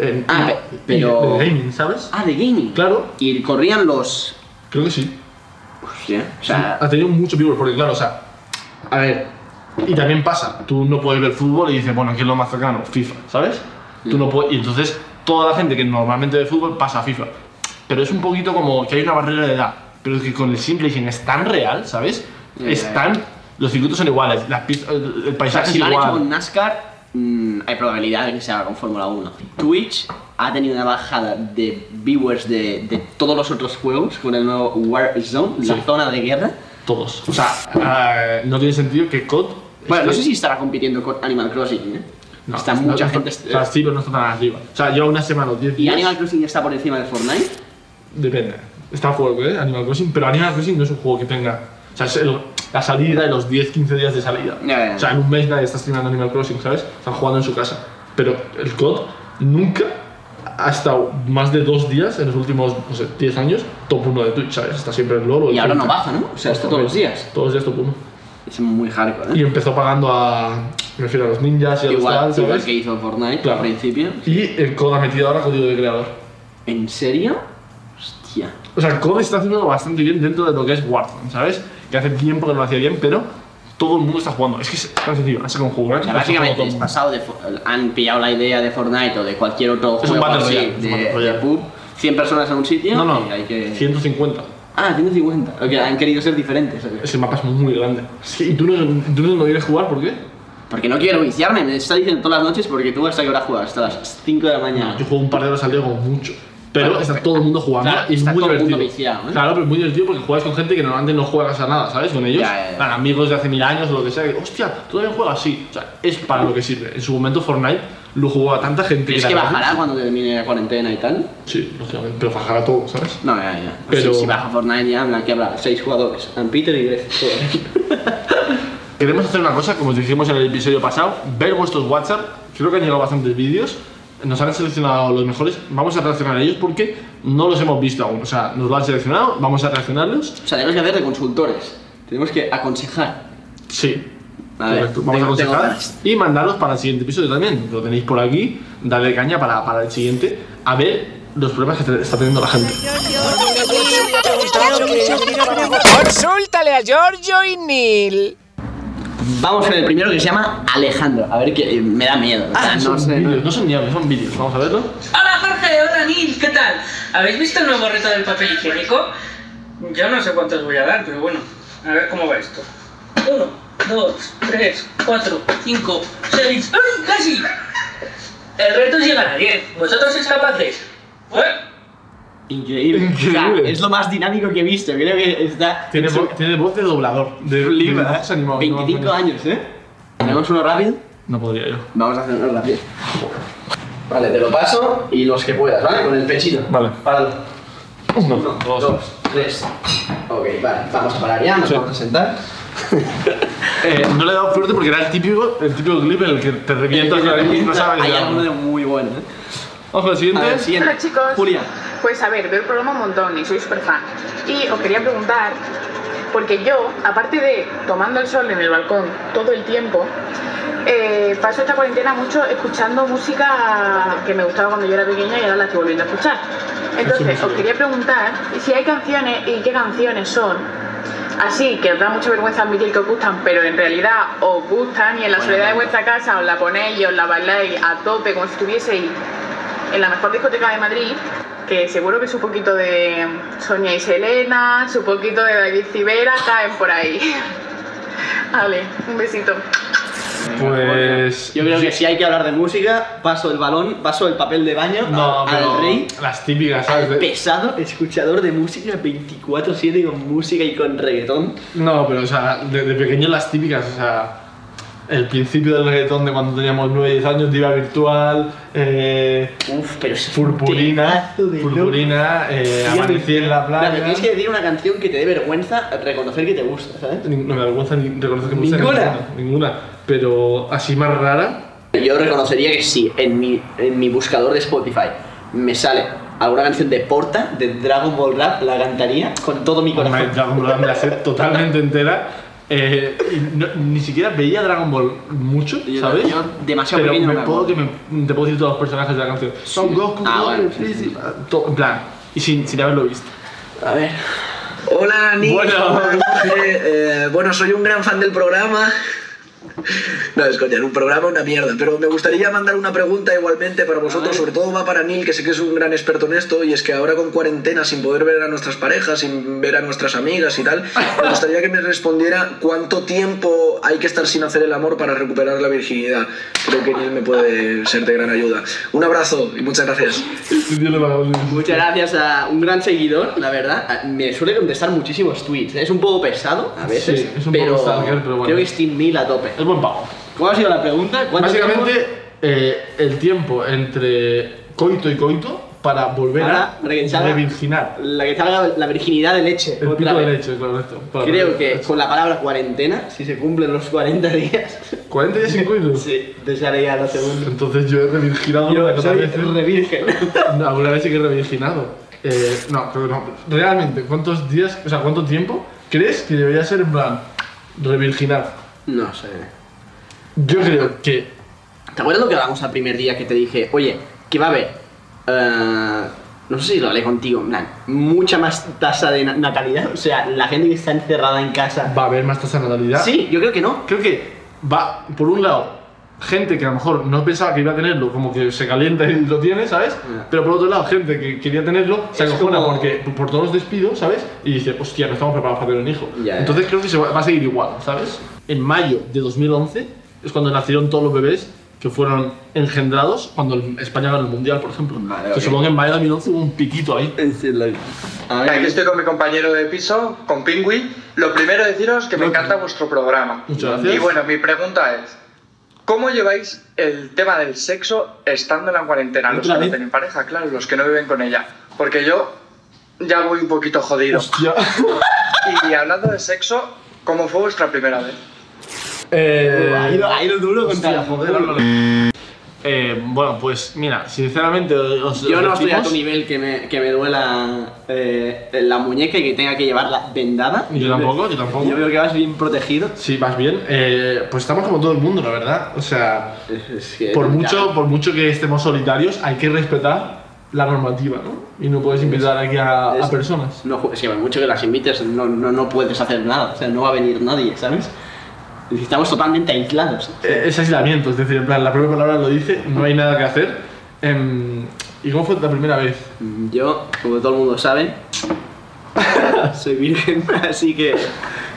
Speaker 1: en
Speaker 2: Ah,
Speaker 1: y-
Speaker 2: pe- pero-
Speaker 1: y de gaming, ¿sabes?
Speaker 2: Ah, de gaming.
Speaker 1: Claro,
Speaker 2: Y corrían los.
Speaker 1: creo que sí.
Speaker 2: Hostia, o sea,
Speaker 1: ha tenido mucho viewers, porque claro, o sea, a ver, y también pasa, tú no puedes ver fútbol y dices, bueno, aquí es lo más cercano, FIFA, ¿sabes? Tú no puedes, y entonces toda la gente que normalmente ve fútbol pasa a FIFA. Pero es un poquito como que hay una barrera de edad, pero es que con el simple dicen es tan real, ¿sabes?
Speaker 2: Ya,
Speaker 1: es
Speaker 2: ya.
Speaker 1: tan, los circuitos son iguales, las pist- el, el
Speaker 2: o sea,
Speaker 1: paisaje
Speaker 2: si lo
Speaker 1: es
Speaker 2: han hecho con
Speaker 1: igual.
Speaker 2: NASCAR, mm, hay probabilidad de que se haga con Fórmula 1. Twitch ha tenido una bajada de viewers de, de todos los otros juegos con el nuevo Warzone, la
Speaker 1: Sí.
Speaker 2: zona de guerra.
Speaker 1: Todos. O sea, eh, no tiene sentido que COD.
Speaker 2: Bueno, no
Speaker 1: esté-
Speaker 2: sé si estará compitiendo con Animal Crossing, ¿eh?
Speaker 1: No,
Speaker 2: está mucha gente.
Speaker 1: O sea, sí, pero no está tan arriba. O sea, lleva una semana o 10
Speaker 2: ¿Y
Speaker 1: días.
Speaker 2: Animal Crossing está por encima de Fortnite?
Speaker 1: Depende. Está fuerte, ¿eh? Animal Crossing, pero Animal Crossing no es un juego que tenga. O sea, es el- la salida y los 10-15 días de salida.
Speaker 2: Ya, ya.
Speaker 1: O sea, en un mes nadie está streamando Animal Crossing, ¿sabes? Están jugando en su casa. Pero el COD nunca ha estado más de dos días en los últimos, no sé, 10 años top 1 de Twitch, ¿sabes? Está siempre el LOL o el
Speaker 2: Y ahora no
Speaker 1: Counter.
Speaker 2: baja, ¿no? O sea, está todos los días.
Speaker 1: Todos los días top 1.
Speaker 2: Es muy hardcore,
Speaker 1: Y
Speaker 2: ¿eh?
Speaker 1: empezó pagando a. Me refiero a los ninjas y a los
Speaker 2: Igual,
Speaker 1: tal,
Speaker 2: igual
Speaker 1: ¿sabes?
Speaker 2: que hizo Fortnite
Speaker 1: Claro.
Speaker 2: al principio.
Speaker 1: Y el COD ha metido ahora código de creador.
Speaker 2: ¿En serio? Hostia.
Speaker 1: O sea, COD está haciendo bastante bien dentro de lo que es Warzone, ¿sabes? Que hace tiempo que no lo hacía bien, pero todo el mundo está jugando. Es que es tan sencillo, han sacado un juego, ¿eh?
Speaker 2: O sea,
Speaker 1: Han sacado
Speaker 2: básicamente
Speaker 1: todo
Speaker 2: es
Speaker 1: el mundo.
Speaker 2: pasado de Fo- han pillado la idea de Fortnite o de cualquier otro
Speaker 1: Es un
Speaker 2: juego
Speaker 1: Battle
Speaker 2: así
Speaker 1: Royale, es un
Speaker 2: de,
Speaker 1: Battle Royale.
Speaker 2: de pub, 100 personas en un sitio
Speaker 1: No, no,
Speaker 2: y hay que...
Speaker 1: 150.
Speaker 2: Ah, 150. Ok, han querido ser diferentes. ok.
Speaker 1: Es que el mapa es muy grande. ¿Y tú no, tú no quieres jugar por qué?
Speaker 2: Porque no quiero viciarme, me está diciendo todas las noches porque tú hasta qué hora juegas, hasta las 5 de la mañana.
Speaker 1: Yo juego un par de horas al día como mucho. Pero
Speaker 2: Claro,
Speaker 1: está todo el mundo jugando
Speaker 2: claro,
Speaker 1: y es
Speaker 2: está
Speaker 1: muy
Speaker 2: todo el mundo
Speaker 1: divertido.
Speaker 2: viciado, ¿eh?
Speaker 1: Claro, pero es muy divertido porque juegas con gente que normalmente no juegas a nada, ¿sabes? Con ellos,
Speaker 2: Ya, ya, ya.
Speaker 1: Van amigos de hace mil años o lo que sea, que, hostia, ¿tú también juegas? Sí. O sea, es para lo que sirve. En su momento Fortnite lo jugó a tanta gente
Speaker 2: ¿Crees
Speaker 1: la
Speaker 2: que
Speaker 1: verdad-
Speaker 2: bajará cuando termine la cuarentena y tal?
Speaker 1: Sí, lógicamente, pero bajará todo, ¿sabes?
Speaker 2: No, ya, ya.
Speaker 1: Pero-
Speaker 2: Si, si baja Fortnite ya, habrá que habrá 6 jugadores. And Peter y Greg.
Speaker 1: Queremos hacer una cosa, como os dijimos en el episodio pasado, ver vuestros WhatsApp. Creo que han llegado bastantes vídeos. Nos han seleccionado los mejores. Vamos a reaccionar a ellos porque no los hemos visto aún. O sea, nos lo han seleccionado, vamos a reaccionarlos.
Speaker 2: o sea, tenemos que hacer de consultores. Tenemos que aconsejar.
Speaker 1: Sí.
Speaker 2: A ver,
Speaker 1: Correcto.
Speaker 2: tengo-
Speaker 1: Vamos a
Speaker 2: tengo
Speaker 1: aconsejar.
Speaker 2: ganas.
Speaker 1: Y mandarlos para el siguiente episodio también. Lo tenéis por aquí. Dale caña para, para el siguiente. A ver los problemas que te- está teniendo la gente.
Speaker 4: Consúltale a Giorgio y Neil.
Speaker 2: Vamos con el primero que se llama Alejandro. A ver, que eh, me da miedo. O sea, no
Speaker 1: son
Speaker 2: sé.
Speaker 1: vídeos, no son ni audios, son vídeos. Vamos a verlo.
Speaker 5: Hola Jorge, hola Nil, ¿qué tal? ¿Habéis visto el nuevo reto del papel higiénico? Yo no sé cuántos voy a dar, pero bueno, a ver cómo va esto. Uno, dos, tres, cuatro, cinco, seis, ¡ay, casi! El reto es llegar a 10. ¿Vosotros sois capaces? ¿Eh?
Speaker 2: Increíble. O sea,
Speaker 1: Increíble.
Speaker 2: es lo más dinámico que he visto. Creo que está.
Speaker 1: Tiene,
Speaker 2: es un-
Speaker 1: vo- tiene voz de doblador. De, de
Speaker 2: Flipa,
Speaker 1: dibujos
Speaker 2: ¿eh?
Speaker 1: animados. No,
Speaker 2: 25
Speaker 1: no, no.
Speaker 2: años, ¿eh? ¿Tenemos uno rápido?
Speaker 1: No podría yo.
Speaker 2: Vamos a hacer uno rápido. Vale, te lo paso y los que puedas, ¿vale? Con el pechito.
Speaker 1: Vale.
Speaker 2: Páralo.
Speaker 1: Uno,
Speaker 2: Uno, dos, tres. Ok, vale, vamos a parar ya, nos
Speaker 1: Sí.
Speaker 2: vamos a sentar.
Speaker 1: Eh, no le he dado fuerte porque era el típico, el típico clip en el que te revientas la nariz y no sabes.
Speaker 2: Eh, Hay
Speaker 1: ya.
Speaker 2: alguno de muy bueno, ¿eh?
Speaker 1: Vamos con el
Speaker 2: A
Speaker 1: siguiente.
Speaker 2: ver, siguiente.
Speaker 6: Hola, chicos.
Speaker 2: Julia.
Speaker 6: Pues a ver, veo el programa un montón y soy súper fan. Y os quería preguntar, porque yo, aparte de tomando el sol en el balcón todo el tiempo, eh, paso esta cuarentena mucho escuchando música que me gustaba cuando yo era pequeña y ahora la estoy volviendo a escuchar.
Speaker 1: Eso no
Speaker 6: Entonces,
Speaker 1: sé.
Speaker 6: os quería preguntar si hay canciones y qué canciones son Así que os da mucha vergüenza admitir que os gustan, pero en realidad os gustan y en la
Speaker 3: Bueno,
Speaker 6: soledad de
Speaker 3: bueno.
Speaker 6: vuestra casa os la ponéis y os la bailáis a tope como si estuvieseis en la mejor discoteca de Madrid, que seguro que su poquito de Sonia y Selena, su poquito de David Civera caen por ahí. <laughs> Vale, un besito.
Speaker 1: Pues.
Speaker 2: Yo creo que si hay que hablar de música, paso el balón, paso el papel de baño
Speaker 1: No,
Speaker 2: al-
Speaker 1: pero
Speaker 2: al rey,
Speaker 1: Las típicas,
Speaker 2: al
Speaker 1: ¿sabes? Ah, De-
Speaker 2: pesado escuchador de música 24-7 con música y con reggaetón.
Speaker 1: No, pero o sea, de, de pequeño las típicas, o sea, el principio del reggaetón de cuando teníamos 9 10 años, Diva Virtual, eh,
Speaker 2: Uf, pero eso es un
Speaker 1: Purpurina,
Speaker 2: pedazo de loco.
Speaker 1: Purpurina, eh,
Speaker 2: Tía,
Speaker 1: Amanecí en la
Speaker 2: Claro,
Speaker 1: playa.
Speaker 2: tienes que decir una canción que te dé vergüenza reconocer que te gusta, ¿sabes?
Speaker 1: Ni- No me avergüenza ni reconocer que me gusta
Speaker 2: Ninguna.
Speaker 1: ninguna, ninguna. Pero así más rara,
Speaker 2: Yo reconocería que sí, en mi, en mi buscador de Spotify me sale alguna canción de Porta, de Dragon Ball Rap, la cantaría con todo mi
Speaker 1: me
Speaker 2: corazón.
Speaker 1: Dragon Ball me la sé totalmente entera. eh, y no- ni siquiera veía Dragon Ball mucho,
Speaker 2: Yo-
Speaker 1: ¿sabes?
Speaker 2: yo demasiado
Speaker 1: Pero
Speaker 2: pequeño
Speaker 1: me
Speaker 2: no me
Speaker 1: puedo, que
Speaker 2: acuerdo.
Speaker 1: me- te puedo decir todos los personajes de la canción. Son Goku,
Speaker 2: Ah,
Speaker 1: Gohan,
Speaker 2: bueno, sí,
Speaker 1: Freezer,
Speaker 2: sí, sí.
Speaker 1: todo, en plan, y sin, sin haberlo visto.
Speaker 2: A ver.
Speaker 3: Hola, Nick.
Speaker 1: Bueno. <laughs>
Speaker 3: Eh, eh, bueno, soy un gran fan del programa. No, es coña, un programa una mierda, pero me gustaría mandar una pregunta igualmente para vosotros, sobre todo va para Neil, que sé que es un gran experto en esto, y es que ahora con cuarentena, sin poder ver a nuestras parejas, sin ver a nuestras amigas y tal, me gustaría que me respondiera cuánto tiempo hay que estar sin hacer el amor para recuperar la virginidad. Creo que Neil me puede ser de gran ayuda. Un abrazo y muchas gracias.
Speaker 2: Muchas gracias a un gran seguidor, la verdad. A- Me suele contestar muchísimos tweets. ¿eh? Es un poco pesado a veces,
Speaker 1: Sí, es un
Speaker 2: pero,
Speaker 1: poco stalker, pero bueno.
Speaker 2: creo que es Team Neil a tope.
Speaker 1: Es buen pago.
Speaker 2: ¿Cómo ha sido la pregunta? ¿Cuánto tiempo
Speaker 1: Básicamente, eh, el tiempo entre coito y coito para volver
Speaker 2: Para
Speaker 1: a
Speaker 2: regresar a-
Speaker 1: revirginar.
Speaker 2: La que salga la virginidad de leche.
Speaker 1: El
Speaker 2: otra
Speaker 1: pico de
Speaker 2: vez.
Speaker 1: leche, correcto. Para-
Speaker 2: Creo que con la palabra cuarentena, si se cumplen los 40 días, <laughs>
Speaker 1: 40 días sin coito.
Speaker 2: sí, te sale ya la segunda.
Speaker 1: Entonces yo he revirginado
Speaker 2: Yo
Speaker 1: alguna
Speaker 2: soy
Speaker 1: vez.
Speaker 2: revirgen.
Speaker 1: <laughs> No, alguna vez sí que he revirginado. Eh, no, creo que no. Realmente, ¿cuántos días, o sea, cuánto tiempo crees que debería ser en plan revirginar?
Speaker 2: No sé.
Speaker 1: Yo creo que
Speaker 2: ¿Te acuerdas lo que hablamos al primer día que te dije, oye, que va a haber, eh, no sé si lo hablé contigo, en plan, mucha más tasa de na- natalidad? O sea, la gente que está encerrada en casa.
Speaker 1: va a haber más tasa de natalidad.
Speaker 2: Sí, yo creo que no.
Speaker 1: creo que va, por un lado, gente que a lo mejor no pensaba que iba a tenerlo, como que se calienta y lo tiene, ¿sabes?
Speaker 2: Ya.
Speaker 1: Pero por otro lado, gente que quería tenerlo se
Speaker 2: Es
Speaker 1: acojona
Speaker 2: como-
Speaker 1: porque, por todos los despidos, ¿sabes? Y dice, hostia, no estamos preparados para tener un hijo.
Speaker 2: Ya, ya.
Speaker 1: Entonces creo que se va, va a seguir igual, ¿sabes? En mayo de 2011 es cuando nacieron todos los bebés que fueron engendrados cuando el- España ganó el Mundial, por ejemplo.
Speaker 2: Vale,
Speaker 1: Que
Speaker 2: ok. Eh.
Speaker 1: supongo que en mayo de 2011 hubo un piquito ahí.
Speaker 2: A
Speaker 7: Aquí estoy con mi compañero de piso, con Pingui. Lo primero deciros que me encanta vuestro programa.
Speaker 1: Muchas gracias.
Speaker 7: Y bueno, mi pregunta es, ¿cómo lleváis el tema del sexo estando en la cuarentena? Los que
Speaker 1: ¿Otra
Speaker 7: no
Speaker 1: vez?
Speaker 7: tienen pareja, claro, los que no viven con ella. Porque yo ya voy un poquito jodido.
Speaker 1: Hostia.
Speaker 7: Y hablando de sexo, ¿cómo fue vuestra primera vez?
Speaker 1: Eh,
Speaker 2: Ha ido, ha ido duro contra
Speaker 1: hostia,
Speaker 2: la
Speaker 1: joder,
Speaker 2: joder.
Speaker 1: Eh, bueno, pues mira, sinceramente os-
Speaker 2: Yo
Speaker 1: os
Speaker 2: no estoy a tu
Speaker 1: decimos-
Speaker 2: nivel que me, que me duela eh, la muñeca y que tenga que llevarla vendada.
Speaker 1: Yo tampoco, yo tampoco.
Speaker 2: Yo veo que vas bien protegido.
Speaker 1: Sí, más bien. eh, pues estamos como todo el mundo, la verdad. O sea,
Speaker 2: Es que-
Speaker 1: por mucho, por mucho que estemos solitarios, hay que respetar la normativa, ¿no? Y no puedes invitar aquí a,
Speaker 2: Es-
Speaker 1: a personas.
Speaker 2: No, ju- es que por mucho que las invites, no, no, no puedes hacer nada, o sea, no va a venir nadie, ¿sabes? Estamos totalmente aislados.
Speaker 1: Eh, es aislamiento, es decir, en plan, la propia palabra lo dice, no hay nada que hacer. Em, ¿Y cómo fue la primera vez?
Speaker 2: Mm, Yo, como todo el mundo sabe, <laughs> soy virgen, <laughs> así que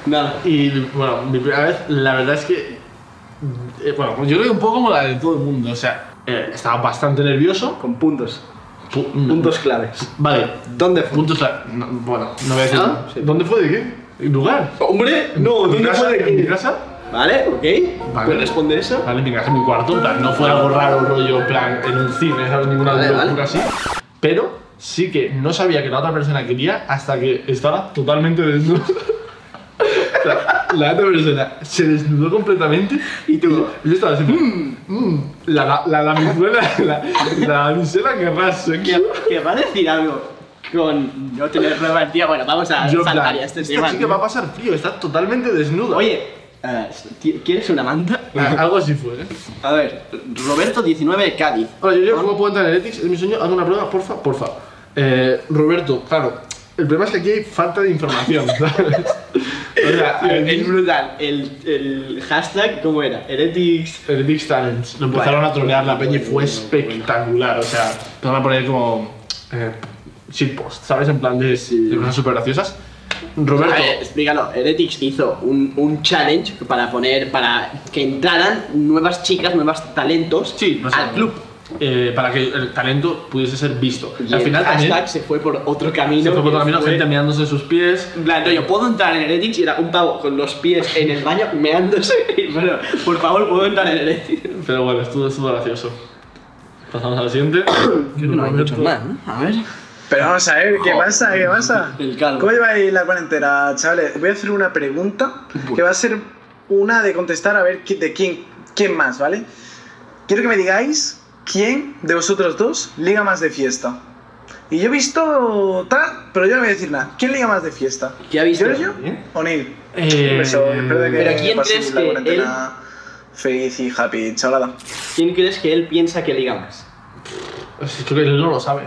Speaker 2: nada.
Speaker 1: Y bueno, mi primera vez, la verdad es que. eh, bueno, yo creo que un poco como la de todo el mundo, o sea, eh, estaba bastante nervioso.
Speaker 2: Con puntos,
Speaker 1: Pu-
Speaker 2: puntos claves.
Speaker 1: Vale,
Speaker 2: ¿Dónde fue?
Speaker 1: puntos. la- no, bueno, no voy a decir.
Speaker 2: ¿Ah?
Speaker 1: nada. ¿Dónde fue de qué? ¿Lugar?
Speaker 2: ¡Hombre! No,
Speaker 1: ¿En mi
Speaker 2: Oh, ¿dónde
Speaker 1: casa?
Speaker 2: fue de
Speaker 1: ¿En mi
Speaker 2: qué?
Speaker 1: casa?
Speaker 2: Vale, ok.
Speaker 1: Vale.
Speaker 2: ¿Puedes responder eso?
Speaker 1: Vale, mi casa, mi cuarto, en plan, no fue algo raro, rollo, en plan, en un cine, ¿sabes? Ninguna
Speaker 2: Vale,
Speaker 1: locura
Speaker 2: vale.
Speaker 1: así. Pero sí que no sabía que la otra persona quería hasta que estaba totalmente desnudo. <laughs> O sea, La otra persona se desnudó completamente y tú, yo estaba así, mmm, mmm, la la- la damisela, <laughs> la, la damisela querrá
Speaker 2: Que,
Speaker 1: sexo.
Speaker 2: que va a decir algo con no tener pruebas, tío. Bueno, vamos a
Speaker 1: Yo, en
Speaker 2: saltar
Speaker 1: plan,
Speaker 2: ya este
Speaker 1: esta
Speaker 2: tema,
Speaker 1: chica
Speaker 2: tío.
Speaker 1: va a pasar frío, está totalmente desnuda.
Speaker 2: Oye, eh, ti- ¿quieres una manta?
Speaker 1: Ah, algo así fue, ¿eh?
Speaker 2: A ver, Roberto 19 Cádiz.
Speaker 1: Oye, yo, como puedo entrar en Ethics, es mi sueño, haz una prueba, porfa, porfa. Eh, Roberto, claro, el problema es que aquí hay falta de información, <laughs> ¿sabes? sea,
Speaker 2: Es
Speaker 1: el
Speaker 2: brutal. El, el hashtag, ¿cómo era? Heretics.
Speaker 1: el Dix Talents. Lo empezaron a trolear la peña y fue espectacular. O sea, empezaron a poner como. Eh, shitpost, ¿sabes? En plan de, de cosas súper graciosas. Roberto.
Speaker 2: A ver, explícalo. Heretics hizo un, un challenge para poner, para que entraran nuevas chicas, nuevos talentos
Speaker 1: Sí, no sé.
Speaker 2: al club.
Speaker 1: eh, para que el talento pudiese ser visto.
Speaker 2: Y
Speaker 1: al
Speaker 2: el
Speaker 1: final
Speaker 2: hashtag
Speaker 1: también.
Speaker 2: se fue por otro camino.
Speaker 1: Se fue por
Speaker 2: que
Speaker 1: otro camino,
Speaker 2: fue-
Speaker 1: gente meándose sus pies.
Speaker 2: En plan, rollo, ¿puedo entrar en Heretics? Y era un pavo con los pies en el baño meándose. <laughs> Y bueno, por favor, ¿puedo entrar en Heretics?
Speaker 1: Pero bueno, estuvo, estuvo gracioso. Pasamos al siguiente. Roberto.
Speaker 2: ¿no? A ver.
Speaker 7: Pero vamos a ver, ¿qué pasa? ¿Qué pasa?
Speaker 2: <laughs> El calvo.
Speaker 7: ¿Cómo lleváis la cuarentena, chavales? Voy a hacer una pregunta que va a ser una de contestar a ver qui- de quién, quién más, ¿vale? Quiero que me digáis quién de vosotros dos liga más de fiesta. Y yo he visto tal, pero yo no voy a decir nada. ¿Quién liga más de fiesta?
Speaker 2: ¿Qué ha visto?
Speaker 7: ¿Giorgio o Neil?
Speaker 1: Eh,
Speaker 7: Eso, espero de que
Speaker 2: Pero ¿quién
Speaker 7: paséis
Speaker 2: crees
Speaker 7: la
Speaker 2: que
Speaker 7: cuarentena feliz y happy, chavalada.
Speaker 2: ¿Quién crees que él piensa que liga más?
Speaker 1: Creo que él no lo sabe.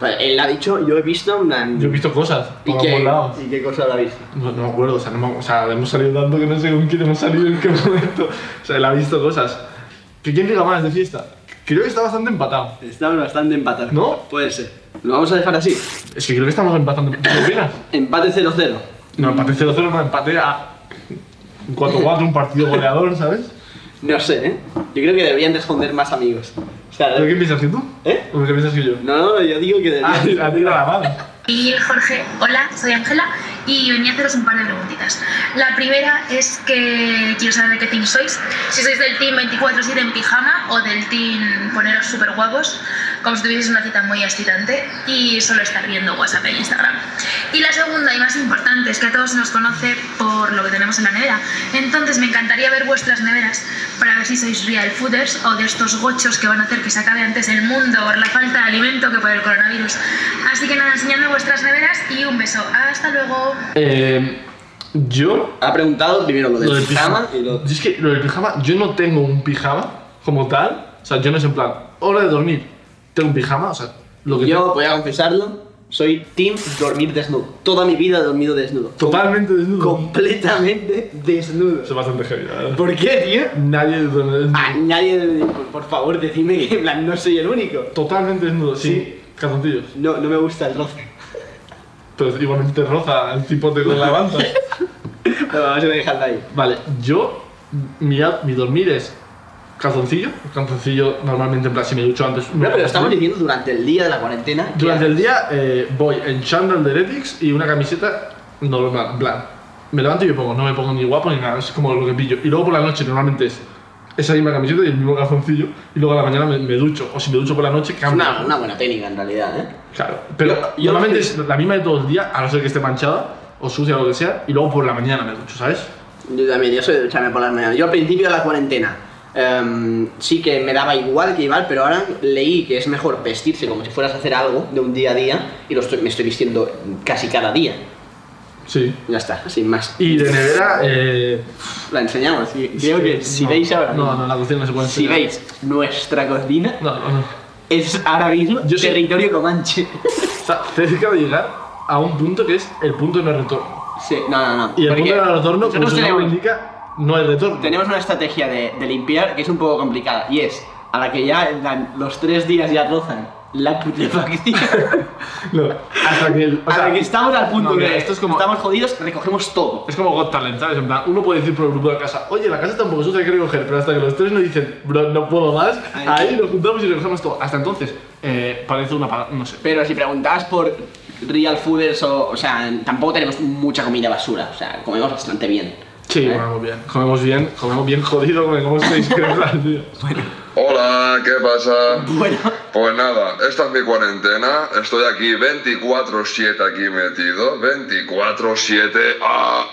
Speaker 2: Vale, él ha dicho, yo he visto una.
Speaker 1: Yo he visto cosas
Speaker 2: ¿Y
Speaker 1: por
Speaker 2: qué,
Speaker 1: ambos lados.
Speaker 2: ¿Y qué cosa la visto?
Speaker 1: No, no me acuerdo, o sea, no me- o sea, hemos salido tanto que no sé con quién hemos salido en qué momento. O sea, él ha visto cosas. ¿Que ¿Quién llega más de fiesta? Creo que está bastante empatado.
Speaker 2: Estamos bastante empatados.
Speaker 1: ¿No?
Speaker 2: Puede ser. Lo vamos a dejar así.
Speaker 1: Es que creo que estamos empatando. ¿Tú ¿Qué opinas?
Speaker 2: Empate 0-0.
Speaker 1: No, empate 0-0, no, empate a 4-4, un partido goleador, ¿sabes?
Speaker 2: No sé, ¿eh? Yo creo que deberían responder más amigos. O sea,
Speaker 1: ¿Pero qué piensas que tú?
Speaker 2: ¿Eh?
Speaker 1: ¿O qué piensas que yo?
Speaker 2: No, no, yo digo que
Speaker 1: Ah,
Speaker 2: deberían.
Speaker 1: a ti la mala.
Speaker 8: Y Jorge, hola, soy Ángela y venía a haceros un par de preguntitas. La primera es que quiero saber de qué team sois. Si sois del team 24-7 en pijama o del team poneros súper guapos, como si tuvieseis una cita muy excitante y solo estar viendo WhatsApp e Instagram. Y la segunda y más importante es que a todos se nos conoce por lo que tenemos en la nevera. Entonces me encantaría ver vuestras neveras para ver si sois real fooders o de estos gochos que van a hacer que se acabe antes el mundo por la falta de alimento que por el coronavirus. Así que nada, enseñadme vuestras neveras y un beso. Hasta luego.
Speaker 1: Eh, yo
Speaker 2: Ha preguntado primero lo del
Speaker 1: Ah. Lo del
Speaker 2: pijama y lo.
Speaker 1: Yo Es que lo del pijama, yo no tengo un pijama como tal. O sea, yo no es en plan, hora de dormir, tengo un pijama. O sea, lo que
Speaker 2: Yo voy a confesarlo. Soy team dormir desnudo. Toda mi vida he dormido desnudo.
Speaker 1: tengo- Totalmente desnudo.
Speaker 2: Completamente
Speaker 1: Eso
Speaker 2: desnudo.
Speaker 1: es bastante heavy, la verdad.
Speaker 2: ¿Por qué, tío?
Speaker 1: Nadie duerme desnudo.
Speaker 2: A nadie. Por, por favor, decidme que en plan, no soy el único.
Speaker 1: Totalmente desnudo, sin
Speaker 2: Sí.
Speaker 1: calzoncillos.
Speaker 2: No, no me gusta el roce. <laughs>
Speaker 1: Pero igualmente te roza el cipote con
Speaker 2: <laughs>
Speaker 1: la banda.
Speaker 2: Pero vamos a dejarlo ahí.
Speaker 1: vale, yo, mi, mi dormir es calzoncillo. Calzoncillo normalmente, en plan, si me ducho antes.
Speaker 2: No, pero estamos diciendo durante el día de la cuarentena. que-
Speaker 1: Durante el día eh, voy en chándal de Heretics y una camiseta normal, en plan. Me levanto y me pongo, no me pongo ni guapo ni nada, es como lo que pillo. Y luego por la noche normalmente es esa misma camiseta y el mismo calzoncillo y luego a la mañana me, me ducho. O si me ducho por la noche,
Speaker 2: Es
Speaker 1: cambio.
Speaker 2: una, una buena técnica en realidad, ¿eh?
Speaker 1: Claro, pero
Speaker 2: Yo- yo
Speaker 1: normalmente
Speaker 2: lo que-
Speaker 1: es la misma de todos los días, a no ser que esté manchada o sucia o lo que sea, y luego por la mañana me ducho, ¿sabes?
Speaker 2: Yo también, yo soy de ducharme por las mañanas. Yo al principio de la cuarentena em, sí que me daba igual que igual, pero ahora leí que es mejor vestirse como si fueras a hacer algo de un día a día y lo estoy- me estoy vistiendo casi cada día.
Speaker 1: Sí.
Speaker 2: Ya está, sin más.
Speaker 1: Y de nevera, eh,
Speaker 2: La enseñamos. y Creo
Speaker 1: es
Speaker 2: que si
Speaker 1: no,
Speaker 2: veis ahora
Speaker 1: No,
Speaker 2: mismo-
Speaker 1: no, en la cocina no se puede
Speaker 2: si
Speaker 1: enseñar.
Speaker 2: veis nuestra cocina,
Speaker 1: No, no, no.
Speaker 2: es ahora mismo
Speaker 1: Yo soy-
Speaker 2: territorio comanche.
Speaker 1: Está cerca de llegar a un punto que es el punto de no retorno.
Speaker 2: sí, no, no, no.
Speaker 1: Y el
Speaker 2: porque
Speaker 1: punto de retorno, como
Speaker 2: nosotros
Speaker 1: su nombre
Speaker 2: tenemos,
Speaker 1: indica, no hay retorno.
Speaker 2: tenemos una estrategia de, de limpiar que es un poco complicada y es a la que ya en plan, los tres días ya rozan la
Speaker 1: <laughs>
Speaker 2: putrefacción.
Speaker 1: No, hasta que el- o sea,
Speaker 2: Ahora que estamos al punto
Speaker 1: no, mira,
Speaker 2: que
Speaker 1: esto es como-
Speaker 2: estamos jodidos, recogemos todo.
Speaker 1: es como Got Talent, ¿sabes? En plan, uno puede decir por el grupo de la casa, oye, la casa está un poco sucia, hay que recoger, pero hasta que los tres nos dicen, bro, no puedo más,
Speaker 2: Ahí.
Speaker 1: ahí lo juntamos y recogemos todo. Hasta entonces, eh, parece una palabra, no sé.
Speaker 2: Pero si preguntabas por real fooders o, o sea, tampoco tenemos mucha comida basura, o sea, comemos bastante bien.
Speaker 1: Sí,
Speaker 2: ¿Eh?
Speaker 1: comemos bien, comemos bien, comemos bien jodido, comemos
Speaker 2: <laughs>
Speaker 1: seis cosas, tío.
Speaker 9: Hola, ¿qué pasa?
Speaker 2: Bueno,
Speaker 9: Pues nada, esta es mi cuarentena, estoy aquí 24-7 aquí metido, 24-7, ¡ah!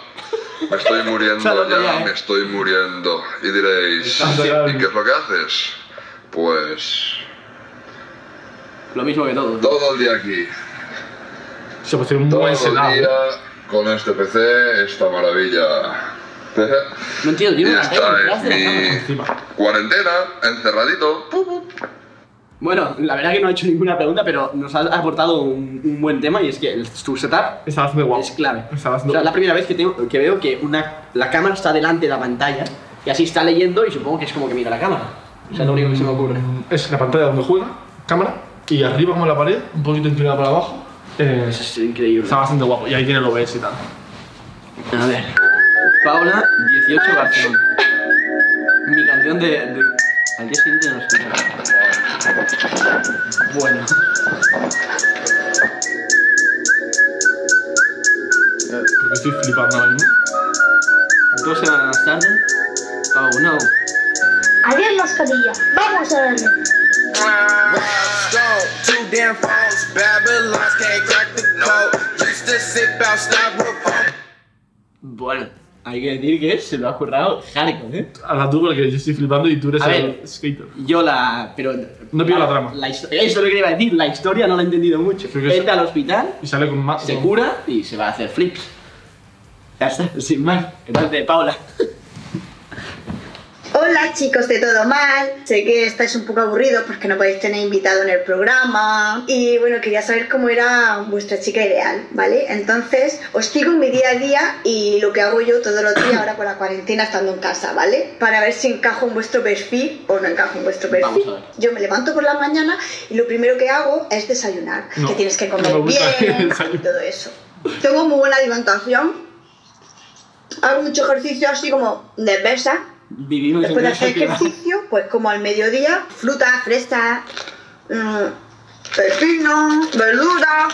Speaker 9: Me estoy muriendo
Speaker 2: Sábado <laughs> ya,
Speaker 9: ya,
Speaker 2: ¿eh?
Speaker 9: me estoy muriendo. Y diréis,
Speaker 1: Estás ya-
Speaker 9: ¿y qué es lo que haces? Pues
Speaker 2: lo mismo que todos.
Speaker 9: todo el día aquí,
Speaker 1: Se puede hacer un
Speaker 9: todo
Speaker 1: buen
Speaker 9: el
Speaker 1: sedado.
Speaker 9: día con este PC, esta maravilla.
Speaker 2: No entiendo,
Speaker 9: Y
Speaker 2: tiene una tele
Speaker 9: esta es
Speaker 2: detrás de la cama.
Speaker 9: mi
Speaker 1: Encima.
Speaker 9: cuarentena, encerradito. ¡Pum, pum!
Speaker 2: Bueno, la verdad que no he hecho ninguna pregunta, pero nos has aportado un, un buen tema y es que el, tu setup
Speaker 1: Estaba bastante guapo.
Speaker 2: es clave.
Speaker 1: Está
Speaker 2: O
Speaker 1: bastante
Speaker 2: sea, es la primera vez que, tengo- que veo que una, la cámara está delante de la pantalla y así está leyendo y supongo que es como que mira la cámara. O sea, lo único que se me ocurre.
Speaker 1: Mm, Es la pantalla donde juega, cámara, y arriba como en la pared, un poquito inclinada para abajo. eh,
Speaker 2: Eso es increíble.
Speaker 1: está bastante guapo. Y ahí tiene el OBS y tal.
Speaker 2: A ver. Paola, 18 Barcelona. Mi canción de. de- Al día siguiente no sé. Bueno.
Speaker 1: Porque estoy flipando ahora mismo.
Speaker 2: Dos semanas más tarde. Oh no.
Speaker 10: Adiós mascarilla, vamos a verlo.
Speaker 2: Bueno, hay que decir que se lo ha currado Hardcore, ¿eh?
Speaker 1: Habla tú porque yo estoy flipando y tú eres
Speaker 2: A
Speaker 1: el
Speaker 2: ver.
Speaker 1: skater.
Speaker 2: Yo la. Pero.
Speaker 1: No pillo la trama.
Speaker 2: la histo- eso es lo que iba a decir, la historia no la he entendido mucho.
Speaker 1: Creo que es-
Speaker 2: Vete al hospital,
Speaker 1: Y sale con más.
Speaker 2: se cura y se va a hacer flips. Ya está, <laughs> sin más. Gracias de Paola.
Speaker 10: Hola chicos de Todo Mal, sé que estáis un poco aburridos porque no podéis tener invitado en el programa y bueno, quería saber cómo era vuestra chica ideal, ¿vale? Entonces, os sigo en mi día a día y lo que hago yo todos los días ahora con la cuarentena estando en casa, ¿vale? Para ver si encajo en vuestro perfil o no encajo en vuestro perfil.
Speaker 2: Vamos a ver.
Speaker 10: Yo me levanto por la mañana y lo primero que hago es desayunar,
Speaker 1: No,
Speaker 10: que tienes que
Speaker 1: no
Speaker 10: comer
Speaker 1: me gusta <laughs> el
Speaker 10: bien y
Speaker 1: desayuno.
Speaker 10: todo eso. Tengo muy buena alimentación, hago mucho ejercicio así como de pesa,
Speaker 2: Vivimos en
Speaker 10: Después de
Speaker 2: una
Speaker 10: hacer
Speaker 2: sociedad.
Speaker 10: ejercicio, pues como al mediodía, fruta, fresa, mm, pepino, verdura.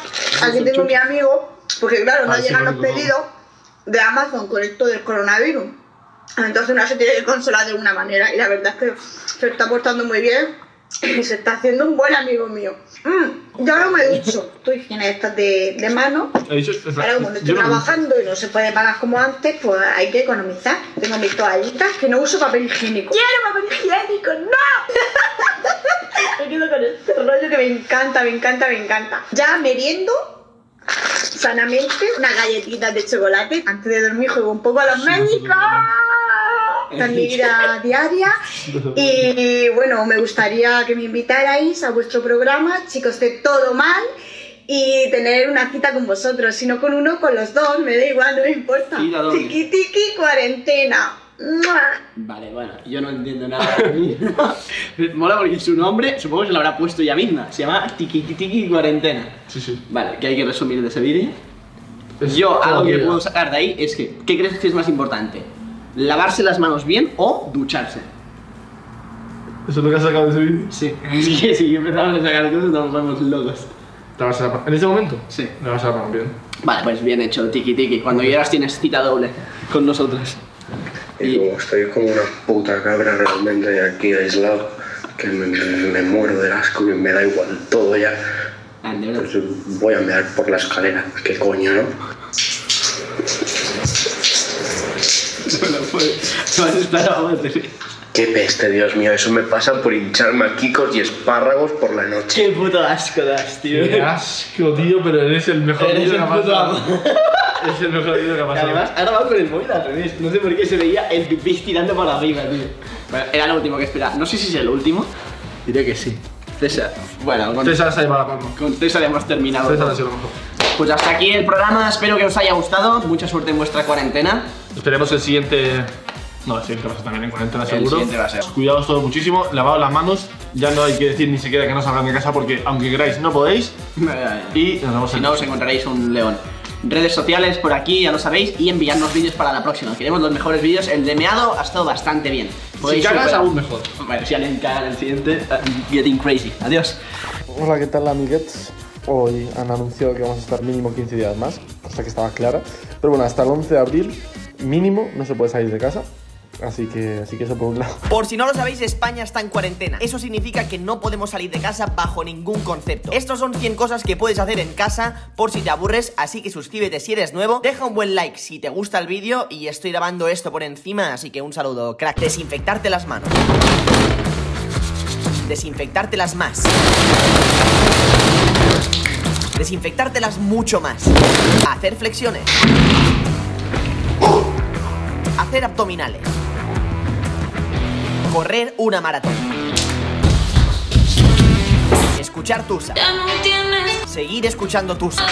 Speaker 10: Aquí tengo mi amigo, porque claro, no
Speaker 1: Ah, sí,
Speaker 10: llegan
Speaker 1: no,
Speaker 10: los
Speaker 1: no.
Speaker 10: pedidos de Amazon con esto del coronavirus. Entonces uno se tiene que consolar de una manera y la verdad es que se está portando muy bien y se está haciendo un buen amigo mío. Mm, yo ahora me he <laughs> dicho, tu higiene estas de, de mano
Speaker 1: He dicho, es
Speaker 10: Ahora
Speaker 1: verdad,
Speaker 10: como no
Speaker 1: yo
Speaker 10: estoy
Speaker 1: no-
Speaker 10: trabajando y no se puede pagar como antes, pues hay que economizar. Tengo mis toallitas que no uso papel higiénico. ¡Quiero papel higiénico! ¡No! <laughs> me quedo con este rollo que me encanta, me encanta, me encanta. Ya meriendo sanamente unas galletitas de chocolate. Antes de dormir juego un poco a los médicos.
Speaker 1: <laughs>
Speaker 10: La vida diaria. Y bueno, me gustaría que me invitarais a vuestro programa, chicos de Todo Mal, y tener una cita con vosotros, sino con uno, con los dos, me da igual, no me importa.
Speaker 2: Cita doble.
Speaker 10: Tiki tiki cuarentena. ¡Mua!
Speaker 2: Vale, bueno, yo no entiendo nada. de mí. <laughs> Mola porque su nombre, supongo que se lo habrá puesto ella misma. Se llama Tiki Tiki Cuarentena.
Speaker 1: Sí, sí.
Speaker 2: Vale, ¿qué hay que resumir de ese vídeo?
Speaker 1: Es
Speaker 2: Yo,
Speaker 1: todo
Speaker 2: algo que
Speaker 1: vida.
Speaker 2: puedo sacar de ahí es que, ¿qué crees que es más importante? ¿Lavarse las manos bien o ducharse?
Speaker 1: Eso es lo que has sacado de ese vídeo.
Speaker 2: <laughs> Sí. Es que si empezamos a sacar cosas, nos vamos locos.
Speaker 1: Te vas a la- En este momento.
Speaker 2: Sí.
Speaker 1: Te vas a la bien.
Speaker 2: Vale, pues bien hecho, Tiki Tiki. Cuando llegas tienes cita doble con nosotros.
Speaker 11: Y como estoy como una puta cabra realmente aquí aislado, que me, me muero del asco y me da igual todo ya,
Speaker 2: Ande, <laughs> bro.
Speaker 11: pues voy a mear por la escalera. ¿Qué coño, no?
Speaker 2: Bueno, pues, vas a estar a madre.
Speaker 11: Qué peste, Dios mío, eso me pasa por hincharme a quicos y espárragos por la noche.
Speaker 2: Qué puto asco das, tío.
Speaker 1: Qué asco, tío, pero eres el mejor
Speaker 2: Eres
Speaker 1: vídeo que
Speaker 2: el
Speaker 1: ha
Speaker 2: puto
Speaker 1: pasado. <laughs>
Speaker 2: amo.
Speaker 1: Es el mejor vídeo que ha
Speaker 2: Y <laughs>
Speaker 1: pasado.
Speaker 2: Además, ha grabado con el móvil al revés. No sé por qué se veía el pipí tirando para arriba, tío. Bueno, era lo último que esperaba. No sé si es el último. Diría que sí. César. Bueno, con César,
Speaker 1: César se ha llevado la palma.
Speaker 2: con César hemos terminado.
Speaker 1: César ha sido lo mejor.
Speaker 2: Pues hasta aquí el programa. Espero que os haya gustado. Mucha suerte en vuestra cuarentena.
Speaker 1: Esperemos el siguiente. No, el siguiente va a ser también en cuarentena seguro.
Speaker 2: siguiente va a ser.
Speaker 1: Cuidaos todos muchísimo, lavaos las manos. Ya no hay que decir ni siquiera que no salgan de casa porque, aunque queráis, no podéis.
Speaker 2: <laughs>
Speaker 1: Y nos vemos
Speaker 2: si
Speaker 1: en
Speaker 2: no, os encontraréis un león. Redes sociales por aquí, ya lo sabéis, y enviadnos vídeos para la próxima. Queremos los mejores vídeos. El de meado ha estado bastante bien.
Speaker 1: Si
Speaker 2: Podéis
Speaker 1: cagas,
Speaker 2: superar-
Speaker 1: aún mejor.
Speaker 2: Bueno, si alguien caga en el siguiente, uh, getting crazy. Adiós.
Speaker 12: Hola, ¿qué tal amiguetes? Hoy han anunciado que vamos a estar mínimo 15 días más, cosa que estaba clara. Pero bueno, hasta el 11 de abril mínimo no se puede salir de casa. Así que, así que eso por un lado.
Speaker 13: Por si no lo sabéis, España está en cuarentena. Eso significa que no podemos salir de casa bajo ningún concepto. Estos son 100 cosas que puedes hacer en casa por si te aburres, así que suscríbete si eres nuevo, deja un buen like si te gusta el vídeo y estoy grabando esto por encima, así que un saludo, crack. Desinfectarte las manos. Desinfectártelas más. Desinfectártelas mucho más. Hacer flexiones. Hacer abdominales correr una maratón.
Speaker 10: escuchar Tusa. Seguir escuchando Tusa.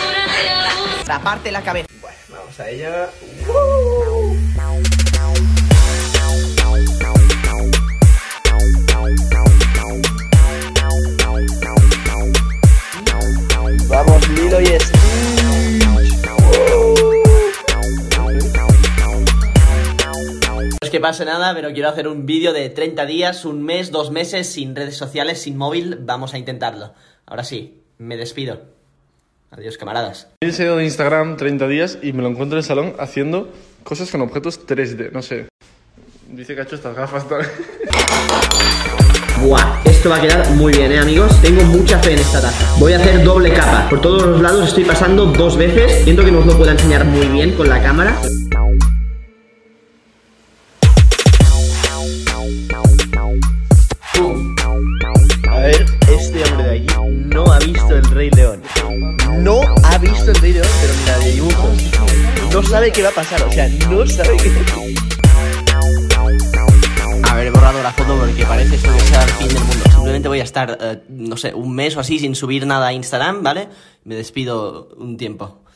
Speaker 10: Raparte la cabeza. Bueno, vamos a ella.
Speaker 2: Vamos, Lilo y es. No es que pase nada, pero quiero hacer un vídeo de 30 días, un mes, dos meses, sin redes sociales, sin móvil. Vamos a intentarlo. Ahora sí, me despido. Adiós, camaradas.
Speaker 1: He seguido en Instagram 30 días y me lo encuentro en el salón haciendo cosas con objetos 3D, no sé. Dice que ha hecho estas gafas tal.
Speaker 2: Buah, esto va a quedar muy bien, eh, amigos. Tengo mucha fe en esta taza. Voy a hacer doble capa. Por todos los lados estoy pasando dos veces. Siento que no os lo puedo enseñar muy bien con la cámara.
Speaker 10: A ver, este hombre de aquí no ha visto el Rey León. No ha visto el Rey León, pero mira, de dibujos. No sabe qué va a pasar, o sea, no sabe qué. A ver, he borrado la foto porque parece esto que sea el fin del mundo. Simplemente voy a estar, eh, no sé, un mes o así sin subir nada a Instagram, ¿vale? Me despido un tiempo.